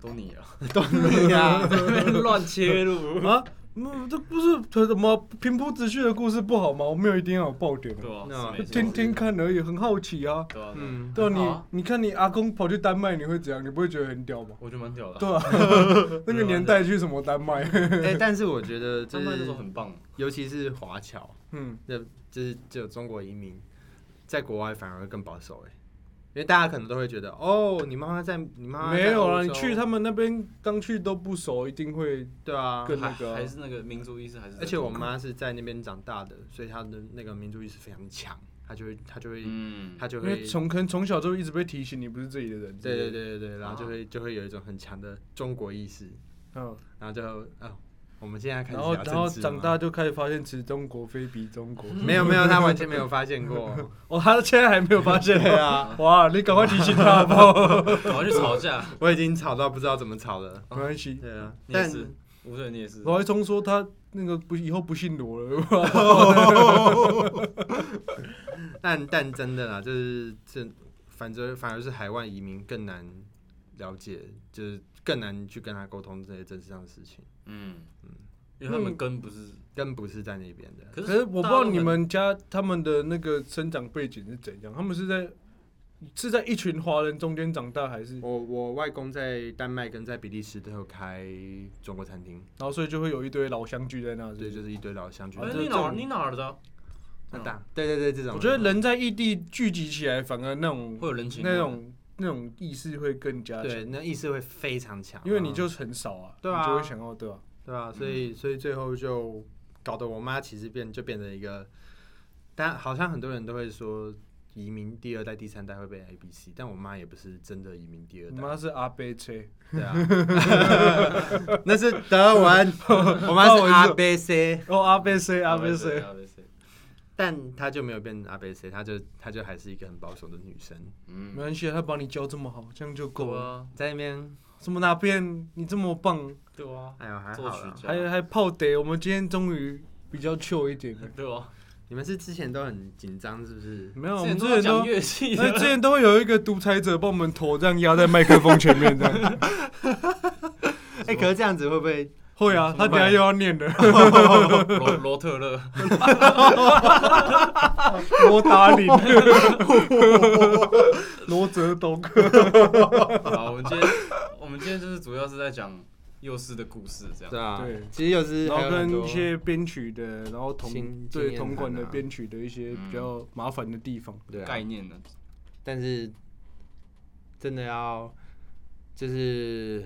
都你
<laughs>
啊，
都没呀、
<laughs> 乱切入，
啊！嗯，这不是这什么平铺直叙的故事不好吗？我没有一定要有爆点啊，
对吧？
那
是没错
天天，看而已，很好奇啊。
对啊，嗯，
嗯，
对啊，
很好啊
你你看你阿公跑去丹麦，你会怎样？你不会觉得很屌吗？
我觉得蛮屌的
对
啊，
啊，那个年代去什么丹麦？ <laughs>
<laughs> 哎、但是我觉得就
丹麦那时
是
候，很棒，
尤其是华侨，
嗯，
那就是只有中国移民，在国外反而更保守哎、因为大家可能都会觉得，哦，你妈妈在，你妈妈在
没有
欧
啦，
洲
你去他们那边刚去都不熟，一定会
对啊，
更
还
那个啊
还是那个民族意识还是在中国，
而且我妈是在那边长大的，所以她的那个民族意识非常强，她就会，她就会，
嗯，
她就
因
会
为，从可能从小就一直被提醒你不是啊自己的人。
对对
对，
对对对，然后就会就会有一种很强的中国意识，
嗯，
然后就，啊，我们现在开始
然后
聊
然后
政治了
长
吗 <laughs>
大就开始发现，其实中国非比中国。
没有没有，她完全没有发现过。
<laughs> 哦，他现在还没有发现
<laughs> 对啊，
哇，你赶快提醒他好不好？
然后去
<laughs>
吵架，
我已经吵到不知道怎么吵了。
没关系，
对啊，
你也
但
是，吴队你也是，
罗怀聪说他那个不以后不姓罗了，
但但真的啦，就是这反正反而是海外移民更难了解，就是更难去跟他沟通这些政治上的事情，
嗯嗯，因为他们根不是，
更不是在那边的。
可
可是我不知
大陆
道
很
你们家他们的那个生长背景是怎样，他们是在是在一群华人中间长大，还是
我我外公在丹麦跟在比利时都有开中国餐厅，
然后所以就会有一堆老乡聚在那？
对，
里。
就是一堆老乡去
哎，
这
你哪儿你哪儿的啊？
很大，对对对，这种
哦我觉得人在异地聚集起来，反而那种
会有啊人情味
那种那种意识会更加
对
强，
那意识会非常强，哦
因为你就是很少啊，
对啊
你就会想要对吧？
对啊，所以所以最后就搞得我妈其实变就变成一个，但好像很多人都会说移民第二代、第三代会被 A、B、C，但我妈也不是真的移民第二
你妈
代，
是阿贝车，
对啊， <laughs> 那是德文，我妈是阿贝 C，
哦阿贝车阿贝车，
阿贝谁？
但她就没有变阿贝 C，她就她就还是一个很保守的女生，
没
嗯，
关系啊，他把你教这么好，这样就够
对
了。
啊，
在那边
怎么哪边你这么棒，
对啊，
哎呦还好
作曲
啦，
家，
还还泡得？我们今天终于比较 chill 一点了。
对啊，
你们是之前都很紧张是不是？
没有，我
之
们之
前都在
前都
讲，乐器啊
哎，之
的，
前都会有一个独裁者把我们头这样压在麦克风前面，这样
哎、可是这样子会不会
会啊，他等下又要念的，
罗罗特勒，
罗达林，罗泽东，
<laughs> 好，我们今天我们今天就是主要是在讲幼师的故事，这样。
对啊？
对
其实又是
然
还
后
有很
跟
多
一些编曲的，然后
新
同
经
对
验
同管
谈
的
啊
编曲的一些比较麻烦的地方，
对啊
概念呢？
但是真的要就是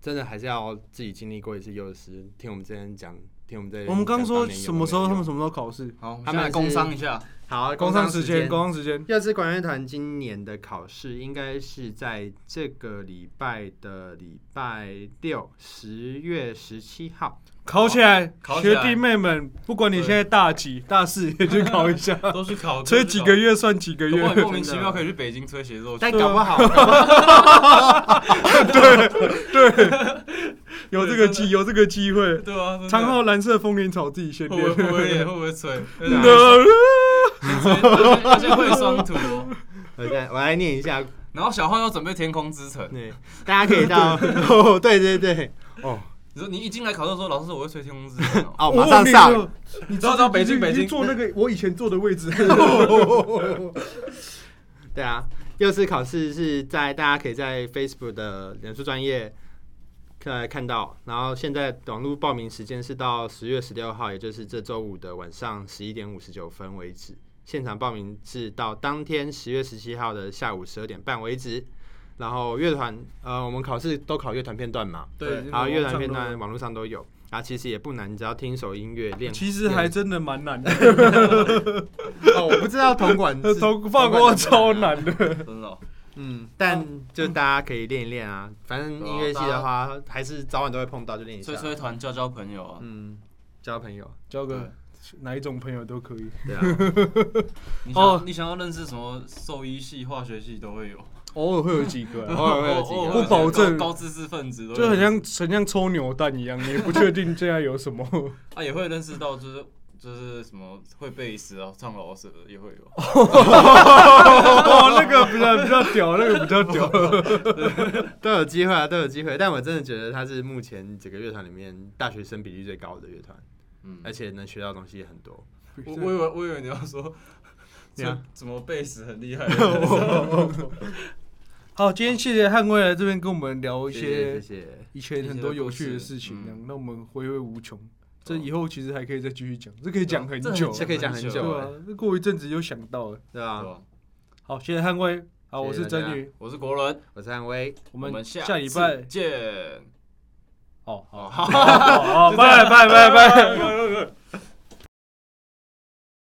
真的还是要自己经历过一次幼师，听我们之前讲，听我们这
我们刚说什么时候他们
说
什么时候考试？
好，我们
他
先
们
来
是
工商一
<laughs>
下，
好
工商时间，
间，
工商时间。
幼稚管乐团今年的考试应该是在这个礼拜的礼拜六，十月十七号。
考起来，
考起
学
来
弟妹们，不管你
对，
现在大几、大四，也去考一下
都去考，
吹几个月算几个
都去考。
月
我。莫名其妙可以去北京吹协奏曲，
啊
但搞不好，搞不好
<laughs> 有这个机，有这个机会。
对啊，真的
长号蓝色风铃草自己先
会不会
练。
会不会会不会
<laughs>
吹？而且
嗯
而且会双图哦。
我再我来念一下，
然后小胖要准备天空之城，
对，大家可
<laughs>
以到，哦，对对对，哦，
你说你一进来考试的时候，老师说我会吹天空之城
<laughs>
哦，
哦，马上上，，
你
知道北京北京
坐那个我以前坐的位置。
<laughs> 对啊，幼师考试是在大家可以在 Facebook 的脸书专业呃看到，然后现在网络报名时间是到十月十六号，也就是这周五的晚上十一点五十九分为止。现场报名是到当天十月十七号的下午十二点半为止。然后乐团，呃，我们考试都考乐团片段嘛，
对
然后乐团片
网络上都
段
有
网络上都有，啊，其实也不难，你只要听一首音乐练。
其实还真的蛮难的， <laughs>
哦，我不知道 <laughs> 铜管是
从法国超难的。
真的哦。
嗯，但就大家可以练一练啊，反正音乐系的话，还是早晚都会碰到，就练一下
吹。吹团交交朋友啊，
嗯，交朋友，
交个哪一种朋友都可以。
对啊，
你
哦
想你想要认识什么兽医系、化学系都会有，
<laughs> 偶尔会有几 <laughs> 个啊
偶尔会有几
不
哦哦哦
个人
保证
高高知识分子都
就很
认
像很像抽扭蛋一样，你也不确定现在有什么。
识啊，也会认识到就是就是什么会背诗啊、唱老舍的也会有。
哦，那个比较比较屌，那个比较屌。
都有机会啊，都有机会。但我真的觉得他是目前整个乐团里面大学生比例最高的乐团，
嗯，
哎
而且能学到的东西也很多。
我我以为我以为你要说，
你
这
啊
怎么背诗
<laughs>
很厉害， <laughs>
好，今天谢谢汉威来这边跟我们聊一
谢
些
谢谢谢，
以前很多有趣的事情，
一
这
些
样
故事嗯
那我们回味无穷。这以后其实还可以再继续讲，这可以讲很久，
这可以讲很
对
久
啊，这过一阵子又想到了。
对啊
对啊
吧？
吧？
好，谢谢汉威。好，我
谢
是
谢大
真
家
宇，
我是国伦，
我是汉威，
我
我
们
下
下礼
次
拜。
见。
<laughs>
哦，好，
好，
好，拜拜拜拜。